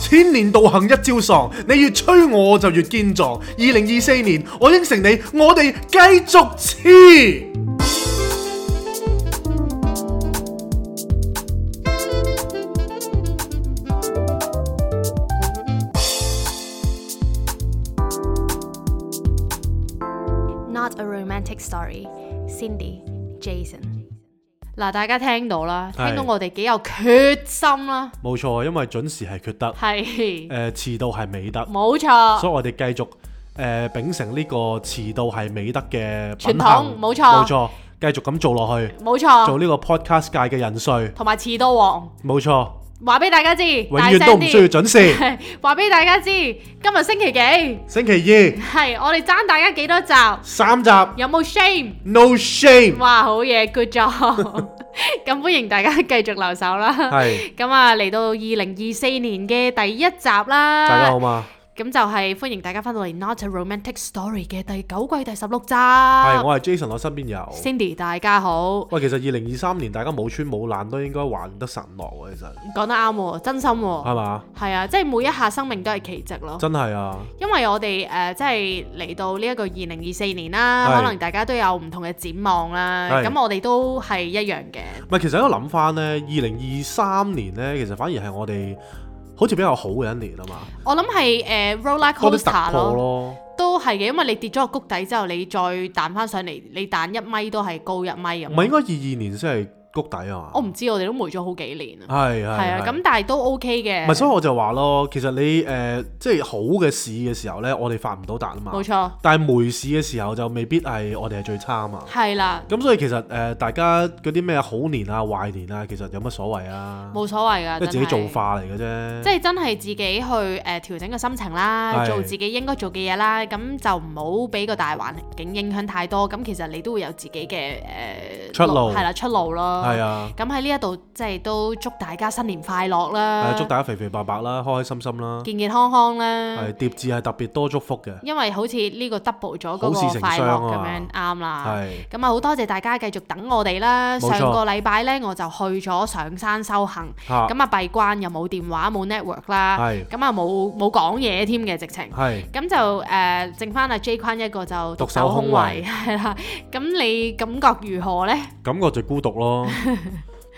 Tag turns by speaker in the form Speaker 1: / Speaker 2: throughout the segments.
Speaker 1: 天年道行一朝喪，你越催我我就越堅壯。二零二四年，我應承你，我哋繼續黐。
Speaker 2: Not a romantic story. Cindy, Jason。
Speaker 3: 嗱，大家聽到啦，
Speaker 1: 係
Speaker 3: 聽到我哋幾有決心啦，
Speaker 1: 冇錯，因為準時係缺德，誒、
Speaker 3: 係
Speaker 1: 遲到係美德，所
Speaker 3: 冇錯，
Speaker 1: 以我哋繼續誒、呃秉承呢個遲到係美德嘅
Speaker 3: 傳
Speaker 1: 品
Speaker 3: 統
Speaker 1: 行，冇
Speaker 3: 冇錯，
Speaker 1: 錯，繼續咁做落去，
Speaker 3: 冇
Speaker 1: 做
Speaker 3: 錯，
Speaker 1: 呢個 podcast 界嘅人瑞，
Speaker 3: 同埋遲到王，
Speaker 1: 冇錯，
Speaker 3: 話俾大家知，
Speaker 1: 永
Speaker 3: 大聲
Speaker 1: 遠都唔需 要
Speaker 3: 啲，
Speaker 1: 準時。
Speaker 3: 話俾大家知，今日星期幾？
Speaker 1: 星期
Speaker 3: 係我哋爭大家幾多集？
Speaker 1: 二三集
Speaker 3: 有冇 shame？
Speaker 1: ，no shame，
Speaker 3: 哇，好嘢，good job！咁歡迎大家繼續留守啦。
Speaker 1: 係
Speaker 3: 咁啊，嚟到二零二四年嘅第一集啦。
Speaker 1: 大家好嘛？
Speaker 3: 咁就係歡迎大家翻到嚟《Not a Romantic Story》嘅第九季第十六集。
Speaker 1: 係我係 Jason，我身邊有。
Speaker 3: Cindy，大家好，
Speaker 1: 喂，其實二零二三年大家冇穿冇爛都應該還得神落喎，其實
Speaker 3: 講得啱喎，真心
Speaker 1: 係
Speaker 3: 喎，
Speaker 1: 嘛？
Speaker 3: 係啊，即係每一下生命都係奇蹟咯。
Speaker 1: 真係啊，
Speaker 3: 因為我哋誒、呃即係嚟到呢一個二零二四年
Speaker 1: 係
Speaker 3: 啦，可能大家都有唔同嘅展望啦，
Speaker 1: 係
Speaker 3: 咁我哋都係一樣嘅，
Speaker 1: 唔係其實喺度諗翻呢，二零二三年呢，其實反而係我哋好似比較好嘅一年啊嘛，
Speaker 3: 我諗係誒 roller
Speaker 1: 多啲
Speaker 3: coaster
Speaker 1: 突破
Speaker 3: 咯，
Speaker 1: 咯，
Speaker 3: 都係嘅，因為你跌咗個谷底之後，你再彈翻上嚟，你彈一米都係高一米
Speaker 1: 唔係
Speaker 3: 咁。
Speaker 1: 應該二二年先係谷底啊嘛？
Speaker 3: 我唔知，我哋都霉咗好幾年啊，
Speaker 1: 係係
Speaker 3: 哦係啊，咁但係都 OK 嘅
Speaker 1: 唔係，，所以我就話咯，其實你誒、呃即係好嘅事嘅時候呢，我哋發唔到達啊嘛。
Speaker 3: 冇錯，
Speaker 1: 但係梅市嘅時候就未必係我哋係最差啊嘛。
Speaker 3: 係啦，
Speaker 1: 咁所以其實誒、呃大家嗰啲咩好年啊、壞年啊，其實有乜所謂啊？
Speaker 3: 冇所謂㗎，
Speaker 1: 即係自己
Speaker 3: 真
Speaker 1: 做
Speaker 3: 係
Speaker 1: 法嚟嘅啫。
Speaker 3: 即係真係自己去誒、呃、調整個心情啦，
Speaker 1: 係
Speaker 3: 做自己應該做嘅嘢啦，咁就唔好俾個大環境影響太多。咁其實你都會有自己嘅誒、呃
Speaker 1: 出路
Speaker 3: 係啦，出路咯。
Speaker 1: 係啊，
Speaker 3: 咁喺呢一度即係都祝大家新年快樂啦
Speaker 1: 係，祝大家肥肥白白啦，開開心心啦，
Speaker 3: 健健康康啦
Speaker 1: 係。疊字係特別多祝福嘅，
Speaker 3: 因為好似呢個 double 咗
Speaker 1: 好
Speaker 3: 嗰
Speaker 1: 事
Speaker 3: 個
Speaker 1: 成
Speaker 3: 快樂
Speaker 1: 雙
Speaker 3: 咁
Speaker 1: 啊
Speaker 3: 樣啱啦。
Speaker 1: 係
Speaker 3: 咁啊，好多謝大家繼續等我哋啦。
Speaker 1: 冇
Speaker 3: 上
Speaker 1: 錯
Speaker 3: 個禮拜呢，我就去咗上山修行，
Speaker 1: 嚇，
Speaker 3: 咁啊閉關又冇電話冇 network 啦，
Speaker 1: 係
Speaker 3: 咁啊冇冇講嘢添嘅直情。
Speaker 1: 係
Speaker 3: 咁就誒、呃剩翻阿 J 坤一個就
Speaker 1: 獨守空
Speaker 3: 位
Speaker 1: 位
Speaker 3: 係啦。咁你感覺如何呢？
Speaker 1: 感覺就孤獨 咯，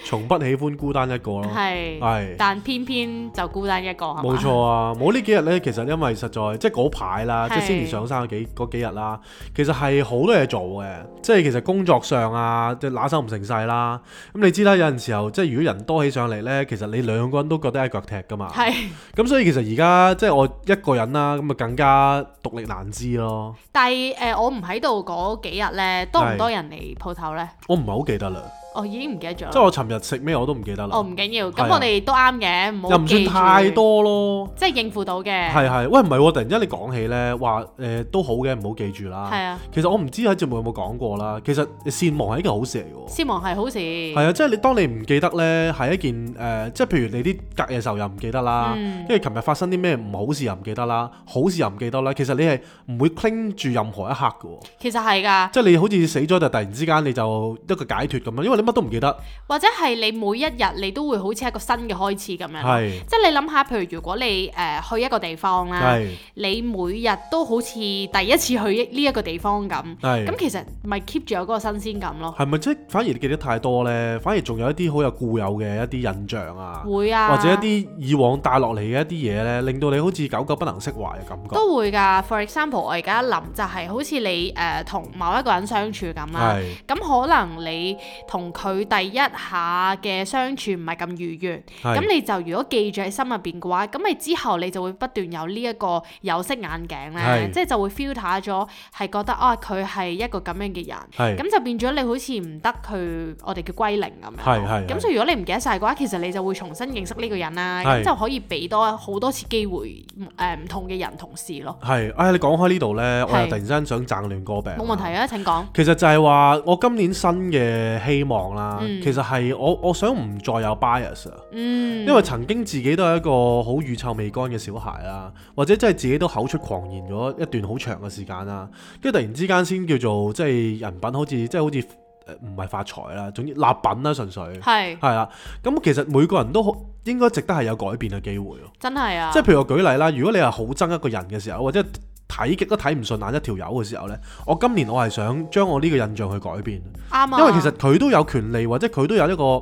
Speaker 1: 從不喜歡孤單一個咯，
Speaker 3: 係，
Speaker 1: 係。
Speaker 3: 但偏偏就孤單一個係嘛
Speaker 1: 冇錯啊！冇呢幾日呢，其實因為實在即係嗰排啦，即
Speaker 3: 係
Speaker 1: 係先至上山嗰幾嗰幾日啦，其實係好多嘢做嘅，即係其實工作上啊，即係揦手唔成勢啦。咁你知啦，有陣時候即係如果人多起上嚟呢，其實你兩個人都覺得一腳踢噶嘛。
Speaker 3: 係，
Speaker 1: 咁所以其實而家即係我一個人啦，咁啊更加獨力難支咯。
Speaker 3: 但係誒、呃我唔喺度嗰幾日呢，多唔多人嚟鋪頭呢？
Speaker 1: 我唔係好記得啦，
Speaker 3: 我已經唔記得咗
Speaker 1: 即係
Speaker 3: 啦。
Speaker 1: 我尋日食咩我都唔記得啦，
Speaker 3: 哦，唔緊要，
Speaker 1: 係
Speaker 3: 咁
Speaker 1: 啊
Speaker 3: 我哋都啱嘅，唔
Speaker 1: 又
Speaker 3: 好
Speaker 1: 唔算
Speaker 3: 記住
Speaker 1: 太，多咯。
Speaker 3: 即係應付到嘅。
Speaker 1: 係係，喂唔係喎，突然之間你講起呢，話誒、呃都好嘅，唔好記住啦。
Speaker 3: 係啊，
Speaker 1: 其實我唔知喺節目有冇講過啦。其實善忘係一件好事嚟嘅喎。
Speaker 3: 先忙係好事。
Speaker 1: 係啊，即係你當你唔記得呢，係一件誒、呃即係譬如你啲隔夜仇又唔記得啦，
Speaker 3: 嗯
Speaker 1: 跟住琴日發生啲咩唔好事又唔記得啦，好事又唔記得啦。其實你係唔會 cling 住任何一刻嘅喎，
Speaker 3: 其實係㗎，
Speaker 1: 即係你好似死咗就突然之間你就一個解脫咁樣，因為你乜都唔記得。
Speaker 3: 或者係你每一日你都會好似一個新嘅開始咁樣咯。
Speaker 1: 係
Speaker 3: 即係你諗下，譬如如果你誒、呃去一個地方啦，
Speaker 1: 係
Speaker 3: 你每日都好似第一次去呢一個地方咁，咁
Speaker 1: 係。
Speaker 3: 其實咪 keep 住有嗰個新鮮感咯。
Speaker 1: 係咪即係反而你記得太多呢？反而仲有一啲好有固有嘅一啲印象啊，
Speaker 3: 會啊，
Speaker 1: 或者一啲以往帶落嚟嘅一啲嘢呢，令到你好似久久不能釋懷嘅感覺。
Speaker 3: 都會㗎。For example，我而家諗就係好似你誒同、某一個人相處咁啦。
Speaker 1: 係
Speaker 3: 咁可能你同佢第一下嘅相處唔係咁愉悅，
Speaker 1: 係
Speaker 3: 咁你就如果記住喺心入邊嘅話，咁你之後你就會不斷有呢一個有色眼鏡咧，
Speaker 1: 係
Speaker 3: 即係就會 filter 咗，係覺得啊佢係一個咁樣嘅人。
Speaker 1: 係
Speaker 3: 咁就變咗你好似唔得去，我哋叫歸零咁樣。
Speaker 1: 係係
Speaker 3: 咁
Speaker 1: 係
Speaker 3: 所以如果你唔記得晒嘅話，其實你就會重新認識呢個人啦，
Speaker 1: 係
Speaker 3: 咁就可以俾多好多次機會誒唔、同嘅人同事咯。
Speaker 1: 係，唉，哎你講開呢度呢，我
Speaker 3: 係
Speaker 1: 又突然之間想掙亂個餅。
Speaker 3: 冇問題。啊，請講。
Speaker 1: 其實就係話，我今年新嘅希望啦，
Speaker 3: 嗯
Speaker 1: 其實係我我想唔再有 bias 啊，
Speaker 3: 嗯，
Speaker 1: 因為曾經自己都係一個好乳臭未乾嘅小孩啦，或者真係自己都口出狂言啊咗一段好長嘅時間啦，跟住突然之間先叫做即係人品好似即係好似。誒唔係發財啦，總之立品啦，純粹
Speaker 3: 係
Speaker 1: 係啦。咁其實每個人都好應該值得係有改變嘅機會咯。
Speaker 3: 真係啊，
Speaker 1: 即係譬如我舉例啦，如果你係好憎一個人嘅時候，或者睇極都睇唔順眼一條友嘅時候呢，我今年我係想將我呢個印象去改變，
Speaker 3: 啱啊，
Speaker 1: 因為其實佢都有權利，或者佢都有一個誒、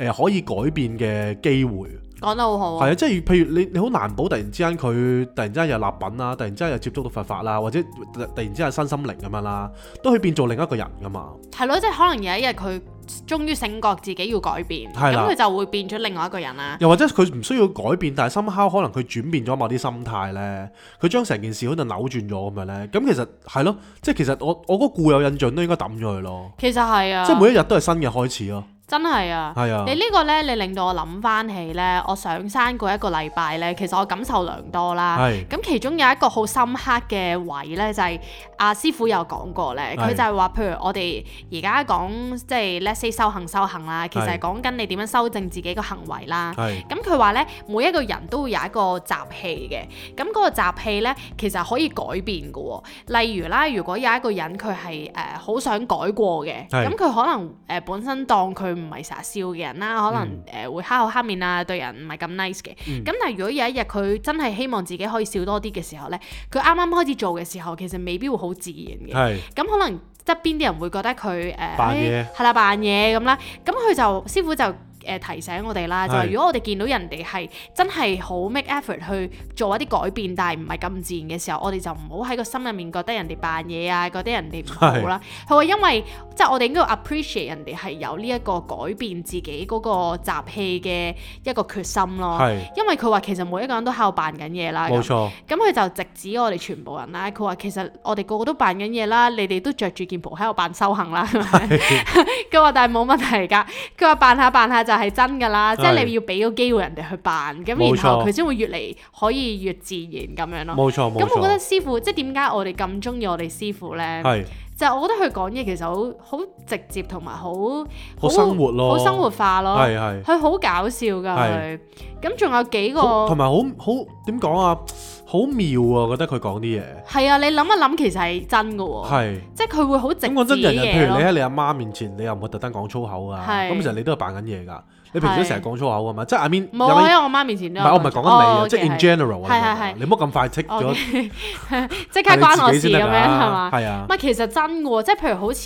Speaker 1: 呃可以改變嘅機會。
Speaker 3: 講得好好啊，
Speaker 1: 係啊，即係譬如你你好難保突然之間佢突然之間又立品啦，突然之間又接觸到佛法啦，或者突突然之間身心靈咁樣啦，都可以變做另一個人噶嘛。
Speaker 3: 係咯，即係可能有一日佢終於醒覺自己要改變，
Speaker 1: 係
Speaker 3: 咁
Speaker 1: 啦
Speaker 3: 佢就會變咗另外一個人啊啦。
Speaker 1: 又或者佢唔需要改變，但係深刻可能佢轉變咗某啲心態呢，佢將成件事可能扭轉咗咁樣呢。咁其實係咯，即係其實我我嗰個固有印象都應該抌咗佢咯，
Speaker 3: 其實係啊，
Speaker 1: 即係每一日都係新嘅開始咯。
Speaker 3: 真係啊。
Speaker 1: 係啊
Speaker 3: 你，呢個呢，你令到我諗翻起呢，我上山嗰一個禮拜呢，其實我感受良多啦。
Speaker 1: 係
Speaker 3: 咁其中有一個好深刻嘅位呢，就係、阿、師傅有講過呢，佢
Speaker 1: 係
Speaker 3: 就係話，譬如我哋而家講即係 let's say 修行修行啦，其實
Speaker 1: 係
Speaker 3: 係講緊你點樣修正自己個行為啦。
Speaker 1: 係
Speaker 3: 咁佢話呢，每一個人都會有一個習氣嘅，咁嗰個習氣呢，其實可以改變嘅喎、例如啦，如果有一個人佢係誒呃好想改過嘅，
Speaker 1: 係
Speaker 3: 咁佢可能誒、呃本身當佢唔係成日笑嘅人啦，可能誒、
Speaker 1: 嗯
Speaker 3: 呃、會蝦口蝦面啊，對人唔係咁 nice 嘅。咁、但係如果有一日佢真係希望自己可以笑多啲嘅時候呢，佢啱啱開始做嘅時候，其實未必會好自然嘅。
Speaker 1: 係
Speaker 3: 咁可能側邊啲人會覺得佢誒
Speaker 1: 扮嘢
Speaker 3: 哎係啦扮嘢咁啦，咁佢就師傅就誒、呃提醒我哋啦，就係
Speaker 1: 係
Speaker 3: 如果我哋見到人哋係真係好 make effort 去做一啲改變，但係唔係咁自然嘅時候，我哋就唔好喺個心入面覺得人哋扮嘢啊，覺得人哋唔好啦。佢話因為即係我哋應該要 appreciate 人哋係有呢一個改變自己嗰個習氣嘅一個決心咯。
Speaker 1: 係，
Speaker 3: 因為佢話其實每一個人都喺度扮緊嘢啦，咁
Speaker 1: 冇錯，
Speaker 3: 咁佢就直指我哋全部人啦。佢話其實我哋個個都扮緊嘢啦，你哋都着住件袍喺度扮修行啦。佢話但係冇問題㗎。佢話扮下扮下就係真㗎啦，即係
Speaker 1: 係
Speaker 3: 你要俾個機會人哋去扮，咁
Speaker 1: 冇
Speaker 3: 然後
Speaker 1: 錯
Speaker 3: 佢先會越嚟可以越自然咁樣咯。
Speaker 1: 冇錯，冇
Speaker 3: 嗯咁我覺得
Speaker 1: 錯，
Speaker 3: 師傅即係點解我哋咁中意我哋師傅呢？
Speaker 1: 係
Speaker 3: 就係我覺得佢講嘢其實好好直接同埋好
Speaker 1: 好生活咯
Speaker 3: 好生活化咯。
Speaker 1: 係係。
Speaker 3: 佢好搞笑㗎佢
Speaker 1: 係。
Speaker 3: 咁仲有幾個
Speaker 1: 好同埋好好點講啊，好妙啊！我覺得佢講啲嘢
Speaker 3: 係啊，你諗一諗其實係真㗎喎。
Speaker 1: 係。
Speaker 3: 即係佢會好直
Speaker 1: 咁講
Speaker 3: 接
Speaker 1: 真，人人譬
Speaker 3: 嘢
Speaker 1: 如
Speaker 3: 咯
Speaker 1: 你。喺你阿媽面前，你又唔會特登講粗口啊。
Speaker 3: 係
Speaker 1: 咁其實你都係扮緊嘢㗎。你平時
Speaker 3: 係
Speaker 1: 都成日講粗口㗎嘛？即係 I mean，
Speaker 3: 冇
Speaker 1: 有
Speaker 3: 我
Speaker 1: 咩
Speaker 3: 喺我媽面前
Speaker 1: 唔
Speaker 3: 都有
Speaker 1: 係我唔係講緊你啊，即係 in
Speaker 3: general
Speaker 1: general
Speaker 3: 係係
Speaker 1: 啊。
Speaker 3: 係哦
Speaker 1: 你唔好咁快剔咗， 係
Speaker 3: 即刻
Speaker 1: 你
Speaker 3: 關我
Speaker 1: 自
Speaker 3: 事
Speaker 1: 己
Speaker 3: 咁
Speaker 1: 先
Speaker 3: 樣
Speaker 1: 得㗎
Speaker 3: 係嘛？
Speaker 1: 係啊
Speaker 3: 唔，係其實真嘅喎，即係譬如好似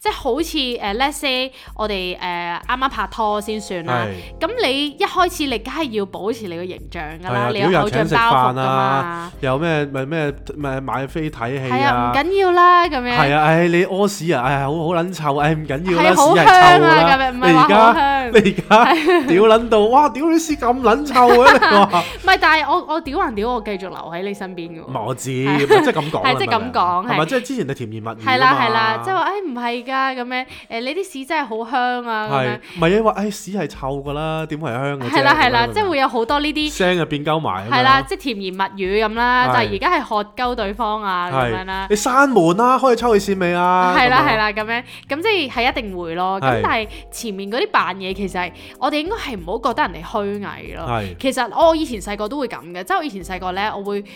Speaker 3: 即係好似誒、呃 let's say 我哋誒啱啱拍拖先算啦。
Speaker 1: 係
Speaker 3: 咁你一開始你梗係要保持你個形象㗎
Speaker 1: 係
Speaker 3: 啦，
Speaker 1: 啊
Speaker 3: 你
Speaker 1: 屌
Speaker 3: 有
Speaker 1: 又
Speaker 3: 偶像
Speaker 1: 請食
Speaker 3: 包袱㗎
Speaker 1: 飯啊
Speaker 3: 嘛。
Speaker 1: 有咩咪咩咪買飛睇戲
Speaker 3: 係啊，
Speaker 1: 啊
Speaker 3: 唔？緊要啦咁
Speaker 1: 係
Speaker 3: 樣。
Speaker 1: 啊，唉，你屙屎啊，唉，好好撚臭，唉，唔緊要
Speaker 3: 係
Speaker 1: 啦，
Speaker 3: 啊好
Speaker 1: 屎係
Speaker 3: 香
Speaker 1: 臭
Speaker 3: 啊
Speaker 1: 啦
Speaker 3: 咁樣唔。
Speaker 1: 你
Speaker 3: 係
Speaker 1: 而
Speaker 3: 話好
Speaker 1: 家
Speaker 3: 香
Speaker 1: 你而家屌撚到，哇！屌你屎咁撚臭啊！你話
Speaker 3: 唔係，但係我我屌還屌，我繼續留喺你身邊㗎
Speaker 1: 唔
Speaker 3: 喎
Speaker 1: 係。我知，唔係即係咁講啦，
Speaker 3: 係即係咁講
Speaker 1: 係
Speaker 3: 係
Speaker 1: 咪即係之前你甜言蜜語
Speaker 3: 係
Speaker 1: 啊
Speaker 3: 啦
Speaker 1: 嘛
Speaker 3: 係啦，即係話誒哎唔係㗎咁樣，誒、你啲屎真係好香啊咁樣
Speaker 1: 係。唔係啊？話誒屎係臭噶啦，點會係香嘅啊啫？
Speaker 3: 係啦係啦，
Speaker 1: 咁樣
Speaker 3: 即係會有好多呢啲
Speaker 1: 聲就變鳩埋啊咁樣。
Speaker 3: 係啦，即係甜言蜜語咁啦，
Speaker 1: 係
Speaker 3: 但係而家係喝鳩對方啊咁樣
Speaker 1: 係
Speaker 3: 啦，
Speaker 1: 你閂門啦，開抽氣扇未啊？
Speaker 3: 係啦
Speaker 1: 咁樣
Speaker 3: 係，啦咁樣，咁即係係一定會咯。咁
Speaker 1: 係
Speaker 3: 但係前面嗰啲扮嘢其實係我哋應該係唔好覺得人哋虛偽咯。
Speaker 1: 係
Speaker 3: 其實我以前細個都會咁嘅，即係我以前細個呢，我會誒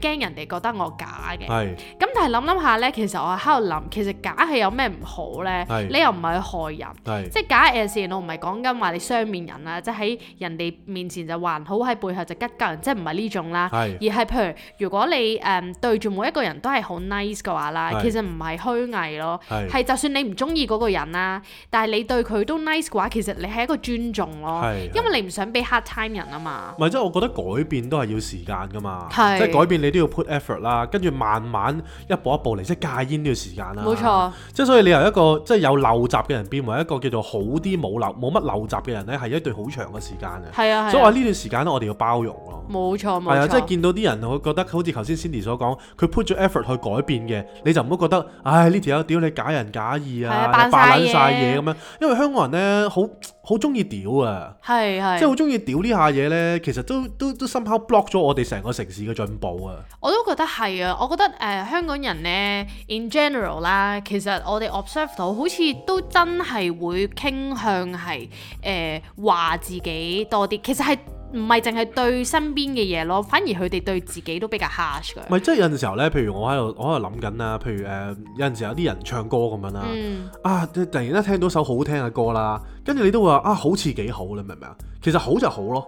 Speaker 3: 驚人哋覺得我假嘅。
Speaker 1: 係
Speaker 3: 咁但係諗諗下呢，其實我喺度諗，其實假係有咩唔好呢？
Speaker 1: 係
Speaker 3: 你又唔係去害人。
Speaker 1: 係
Speaker 3: 即係假誒事，我唔係講緊話你雙面人啊啦，即係喺人哋面前就還好，喺背後就吉鳩人，即係唔係呢種啦。
Speaker 1: 係
Speaker 3: 而係譬如如果你誒、嗯、對住每一個人都係好 nice 嘅話啦，
Speaker 1: 係
Speaker 3: 其實唔係虛偽咯，
Speaker 1: 係
Speaker 3: 係就算你唔中意嗰個人啦，但係你對佢都 nice 嘅話，其實你係一個尊重咯，
Speaker 1: 係
Speaker 3: 因為你唔想俾 hard time 人啊嘛。
Speaker 1: 唔係即係我覺得改變都係要時間噶嘛，即
Speaker 3: 係
Speaker 1: 係改變你都要 put effort 啦，跟住慢慢一步一步嚟，即係戒煙都要時間啦。
Speaker 3: 冇錯，
Speaker 1: 即係所以你由一個即係有陋習嘅人變為一個叫做好啲冇陋冇乜陋習嘅人咧，係一段好長嘅時間嘅。
Speaker 3: 係啊，
Speaker 1: 所以
Speaker 3: 係
Speaker 1: 話
Speaker 3: 啊，
Speaker 1: 呢段時間咧，我哋要包容咯。
Speaker 3: 冇錯
Speaker 1: 係
Speaker 3: 冇
Speaker 1: 啊，即係
Speaker 3: 錯，
Speaker 1: 見到啲人，我覺得好似頭先 Cindy 所講，佢 put 咗 effort 去改變嘅，你就唔好覺得，唉呢條友屌你假人假義
Speaker 3: 係
Speaker 1: 啊，
Speaker 3: 啊扮
Speaker 1: 又扮撚
Speaker 3: 晒
Speaker 1: 晒
Speaker 3: 嘢
Speaker 1: 嘢咁樣。因為香港人咧，好好中意屌啊，
Speaker 3: 係
Speaker 1: 即係
Speaker 3: 係，
Speaker 1: 好中意屌呢下嘢咧，其實都都都 somehow block 咗我哋成個城市嘅進步啊。
Speaker 3: 我都覺得係啊，我覺得誒、呃香港人呢 in general 啦，其實我哋 observe 到好似都真係會傾向係誒話自己多啲，其實係唔係淨係對身邊嘅嘢咯，反而佢哋對自己都比較 harsh
Speaker 1: 唔
Speaker 3: 㗎。
Speaker 1: 係，即係有陣時候咧，譬如我喺度，我喺度諗緊啦，譬如誒、呃有陣時候有啲人唱歌咁樣啦，
Speaker 3: 嗯，
Speaker 1: 啊，突然間聽到首好聽嘅歌啦，跟住你都會話啊，好似幾好，你明唔明啊？其實好就好咯，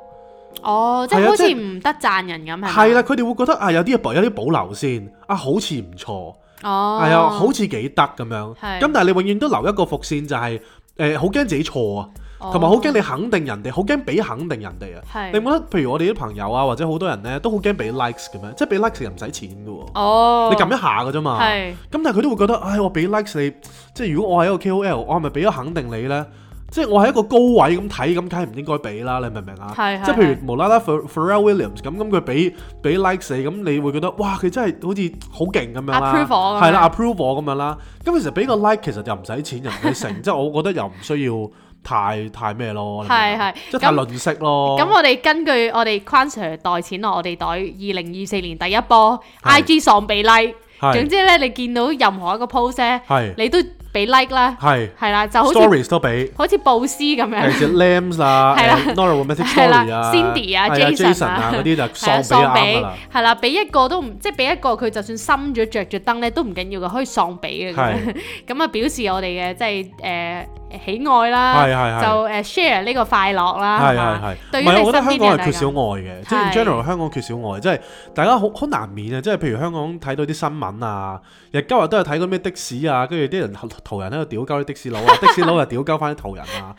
Speaker 3: 哦，即
Speaker 1: 係
Speaker 3: 係
Speaker 1: 啊
Speaker 3: 好似
Speaker 1: 即係
Speaker 3: 唔得讚人咁係咪
Speaker 1: 係啦，，佢哋會覺得啊，有啲保有啲保留先，啊，好似唔錯，
Speaker 3: 哦，
Speaker 1: 係啊，好似幾得咁樣，咁
Speaker 3: 係
Speaker 1: 但係你永遠都留一個伏線就係誒，好驚自己錯啊，
Speaker 3: 哦，
Speaker 1: 同埋好驚你肯定人哋，好驚俾肯定人哋啊。
Speaker 3: 係
Speaker 1: 你唔覺得？譬如我哋啲朋友啊，或者好多人咧，都好驚俾 likes 咁樣，即係俾 likes 又唔使錢嘅喎，
Speaker 3: 哦，
Speaker 1: 你撳啊一下嘅啫嘛。
Speaker 3: 係
Speaker 1: 咁但係佢都會覺得，唉，我俾 likes 你，即係如果我係一個 KOL，我係咪俾咗肯定你呢？即係我係一個高位咁睇，咁梗係唔應該俾啦，你明唔明啊？
Speaker 3: 係係
Speaker 1: 即係譬如無啦啦 Pharrell Pharrell Williams 咁，咁佢俾俾 likes 你，咁你會覺得哇，佢真係好似好勁咁樣啦
Speaker 3: Approve 我咁樣
Speaker 1: 係啦，approve 我咁樣啦。咁其實俾個 like 其實又唔使錢，人哋 成，即係我覺得又唔需要太太咩咯，你明唔明啊
Speaker 3: 係係
Speaker 1: 即係太
Speaker 3: 咁
Speaker 1: 吝嗇咯。
Speaker 3: 咁我哋根據我哋 Quan Sir 袋錢落我哋袋，二零二四年第一波 IG 喪被 like，
Speaker 1: 係
Speaker 3: 總之咧你見到任何一個 post 咧，
Speaker 1: 係
Speaker 3: 你都俾 like 啦，
Speaker 1: 係
Speaker 3: 係啦，就好似
Speaker 1: stories 都俾。
Speaker 3: 好似布斯咁
Speaker 1: 尤
Speaker 3: 樣，
Speaker 1: 其是 Lams 啊、
Speaker 3: 係啦
Speaker 1: 誒 Nora Romantic
Speaker 3: 係
Speaker 1: Story
Speaker 3: 啦
Speaker 1: 啊、
Speaker 3: ，Cindy 啊
Speaker 1: 係
Speaker 3: Jason
Speaker 1: Jason
Speaker 3: 啊
Speaker 1: 啊嗰啲就
Speaker 3: 係 啊，
Speaker 1: 喪俾啊啱
Speaker 3: 俾
Speaker 1: 噶啦。
Speaker 3: 係啦，俾一個都唔即係俾一個佢就算深咗着咗燈咧都唔緊要嘅，可以喪俾嘅咁樣
Speaker 1: 係，
Speaker 3: 咁啊表示我哋嘅即係誒喜愛啦，
Speaker 1: 係係係
Speaker 3: 就誒 share 呢個快樂啦，
Speaker 1: 係
Speaker 3: 嘛
Speaker 1: 係係，
Speaker 3: 啊對於
Speaker 1: 唔係
Speaker 3: 你
Speaker 1: 我覺
Speaker 3: 身
Speaker 1: 得香
Speaker 3: 邊嘅
Speaker 1: 港係
Speaker 3: 人
Speaker 1: 缺
Speaker 3: 嚟講
Speaker 1: 少愛嘅，即係 in
Speaker 3: 係
Speaker 1: general 香港缺少愛，即係大家好好難免啊！即係譬如香港睇到啲新聞啊，日今日都係睇嗰咩的士啊，跟住啲人途人喺度屌鳩啲的士佬 啊，的士佬又屌鳩翻啲途人啊，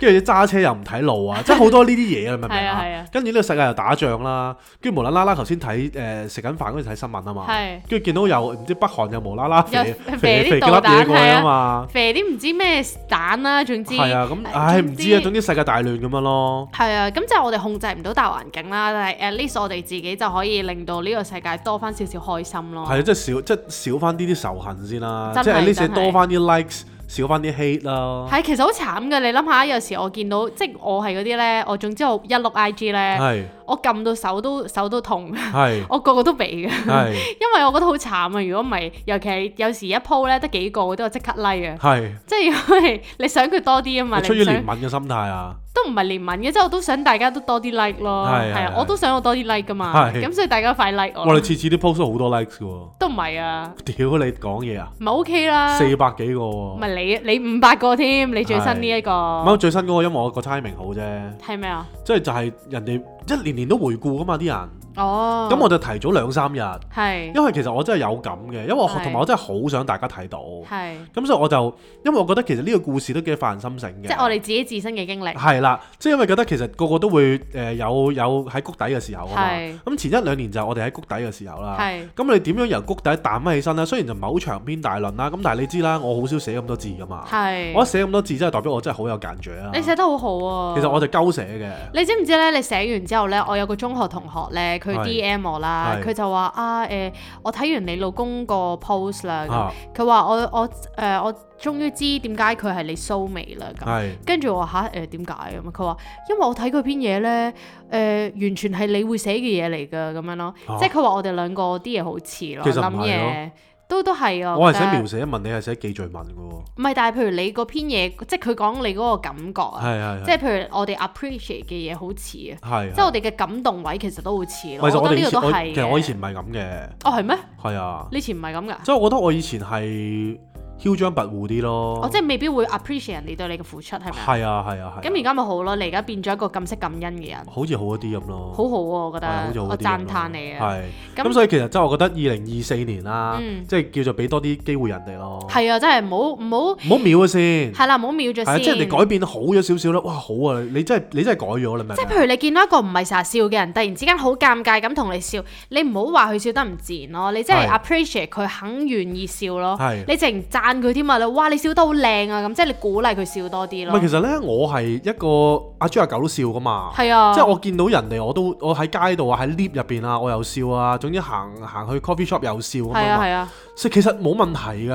Speaker 1: 跟住揸車又唔睇路啊，即 係好多呢啲嘢啊，你明唔明
Speaker 3: 係啊係
Speaker 1: 啊
Speaker 3: 啊？
Speaker 1: 跟住呢個世界又打仗啦，跟住無啦啦啦頭先睇誒食緊飯嗰陣睇新聞啊嘛
Speaker 3: 係，
Speaker 1: 跟住見到又唔知北韓又無啦啦
Speaker 3: 又
Speaker 1: 肥肥
Speaker 3: 肥啲
Speaker 1: 肥幾粒
Speaker 3: 導彈
Speaker 1: 嘢過去
Speaker 3: 係
Speaker 1: 啊
Speaker 3: 啊
Speaker 1: 嘛。
Speaker 3: 肥啲唔知咩蛋啦，總之
Speaker 1: 係啊，咁唉唔知啊，總
Speaker 3: 之
Speaker 1: 之世界大亂咁樣咯。
Speaker 3: 係啊，咁就我哋控制唔到大環境啦，但係 at least 我哋自己就可以令到呢個世界多翻少少開心咯。
Speaker 1: 係啊，即係少即係少翻啲啲仇恨先啦，
Speaker 3: 哦真係
Speaker 1: 即係呢次
Speaker 3: 真係
Speaker 1: 多翻啲 likes，少翻啲 hate 啦。
Speaker 3: 係，其實好慘嘅。你諗下，有時我見到，即係我係嗰啲呢，我總之我一碌 IG 呢，
Speaker 1: 係
Speaker 3: 我撳到手都手都痛，
Speaker 1: 係
Speaker 3: 我個個都俾嘅，
Speaker 1: 係
Speaker 3: 因為我覺得好慘啊。如果唔係，尤其係有時一鋪呢得幾個嗰啲，我即刻 like 啊。
Speaker 1: 係，
Speaker 3: 即係因為你想佢多啲啊嘛，
Speaker 1: 你出
Speaker 3: 你
Speaker 1: 於
Speaker 3: 唔想
Speaker 1: 憐憫嘅心態啊，
Speaker 3: 都唔係憐憫嘅，即係我都想大家都多啲 like 咯，
Speaker 1: 係
Speaker 3: 係
Speaker 1: 係
Speaker 3: 啊，我都想我多啲 like 噶嘛，
Speaker 1: 係
Speaker 3: 咁所以大家快 like 我
Speaker 1: 哇！
Speaker 3: 啦
Speaker 1: 你，次次啲 post 都好多 likes 嘅喎，
Speaker 3: 都唔係啊，
Speaker 1: 屌你講嘢啊，
Speaker 3: 唔係 OK 啦，
Speaker 1: 四百幾個
Speaker 3: 唔
Speaker 1: 喎。
Speaker 3: 係你你五百個添，你最新呢一
Speaker 1: 唔
Speaker 3: 個
Speaker 1: 係最新嗰個，因為我個 timing 好啫，
Speaker 3: 係咩啊？
Speaker 1: 即係就係人哋一年年都回顧噶嘛啲人，
Speaker 3: 哦，
Speaker 1: 咁我就提早兩三日，
Speaker 3: 係
Speaker 1: 因為其實我真係有感嘅，因為我
Speaker 3: 嗯係
Speaker 1: 同埋我真係好想大家睇到，
Speaker 3: 係，
Speaker 1: 咁所以我就因為我覺得其實呢個故事都幾發人心醒嘅，
Speaker 3: 即係我哋自己自身嘅經歷，
Speaker 1: 係啦，即係因為覺得其實個個都會誒、呃有有喺谷底嘅時候啊嘛。
Speaker 3: 係
Speaker 1: 咁前一兩年就係我哋喺谷底嘅時候啦。
Speaker 3: 係
Speaker 1: 咁你點樣由谷底彈翻起身呢？雖然就唔係好長篇大論啦，咁但係你知啦，我好少寫咁多字噶嘛。啊我一
Speaker 3: 係，
Speaker 1: 寫咁多字，真係代表我真係好有間著啊。
Speaker 3: 你寫得好好啊，
Speaker 1: 其實我就鳩寫嘅，
Speaker 3: 你知唔知咧？你寫完之後咧，我有個中學同學咧，佢
Speaker 1: 係
Speaker 3: D M 我啦，
Speaker 1: 係
Speaker 3: 佢就話啊誒、我睇完你老公個 post 啦，
Speaker 1: 啊
Speaker 3: 咁佢話、我我誒、我終於知點解佢係你蘇眉啦咁。
Speaker 1: 係
Speaker 3: 跟住我話吓誒點解咁啊？佢話因為我睇佢篇嘢咧，誒、完全係你會寫嘅嘢嚟㗎咁樣咯，
Speaker 1: 啊
Speaker 3: 即係佢話我哋兩個啲嘢好似咯，
Speaker 1: 其實唔係
Speaker 3: 諗
Speaker 1: 咯
Speaker 3: 嘢都都係哦啊。
Speaker 1: 我係
Speaker 3: 覺
Speaker 1: 寫
Speaker 3: 得
Speaker 1: 描寫文，你係寫記敘文嘅喎。
Speaker 3: 唔係，但係譬如你嗰篇嘢，即係佢講你嗰個感覺啊，
Speaker 1: 係係
Speaker 3: 即係譬如我哋 appreciate 嘅嘢好似啊。
Speaker 1: 係係。
Speaker 3: 即係我哋嘅感動位其實都好似
Speaker 1: 其
Speaker 3: 咯，我
Speaker 1: 實
Speaker 3: 覺
Speaker 1: 我
Speaker 3: 得
Speaker 1: 哋
Speaker 3: 呢
Speaker 1: 以
Speaker 3: 個
Speaker 1: 前
Speaker 3: 都
Speaker 1: 我
Speaker 3: 係嘅。
Speaker 1: 其實我以前唔係咁嘅，
Speaker 3: 哦係咩？
Speaker 1: 係啊，
Speaker 3: 你以前唔係咁噶？
Speaker 1: 即係我覺得我以前係囂張跋扈啲咯。
Speaker 3: 哦我即係未必會 appreciate 人哋對你嘅付出係咪啊？
Speaker 1: 係啊係啊係啊。
Speaker 3: 咁而家咪好咯，你而家變咗一個咁識感恩嘅人，
Speaker 1: 好似好一啲咁咯，
Speaker 3: 好好喎，我覺
Speaker 1: 係好似
Speaker 3: 得，
Speaker 1: 好
Speaker 3: 我
Speaker 1: 啲咁
Speaker 3: 讚
Speaker 1: 咯
Speaker 3: 歎你啊！
Speaker 1: 係
Speaker 3: 咁
Speaker 1: 咁，所以其實真係我覺得二零二四年啦，
Speaker 3: 嗯
Speaker 1: 即係叫做俾多啲機會人哋咯，
Speaker 3: 係啊，真係唔好唔好
Speaker 1: 唔好秒佢先，
Speaker 3: 係啦，唔好秒咗
Speaker 1: 係啊，
Speaker 3: 先。
Speaker 1: 即係你改變好咗少少啦，哇好啊！你真係你真係改咗啦，明唔
Speaker 3: 即係
Speaker 1: 明啊？
Speaker 3: 譬如你見到一個唔係成日笑嘅人，突然之間好尷尬咁同你笑，你唔好話佢笑得唔自然咯，你真係
Speaker 1: 係
Speaker 3: appreciate 佢肯願意笑咯
Speaker 1: 係，
Speaker 3: 你直情讚佢添啊！你哇你笑得好靚啊咁，即係你鼓勵佢笑多啲
Speaker 1: 唔係
Speaker 3: 咯。
Speaker 1: 其實咧，我係一個阿豬阿狗都笑噶嘛，
Speaker 3: 係啊，
Speaker 1: 即係我見到人哋我都我喺街度啊，喺 lift 入邊啊，我又笑啊，總之行行去 coffee shop 又笑咁
Speaker 3: 係
Speaker 1: 樣
Speaker 3: 啊
Speaker 1: 嘛
Speaker 3: 係啊，
Speaker 1: 所以其實冇問題㗎，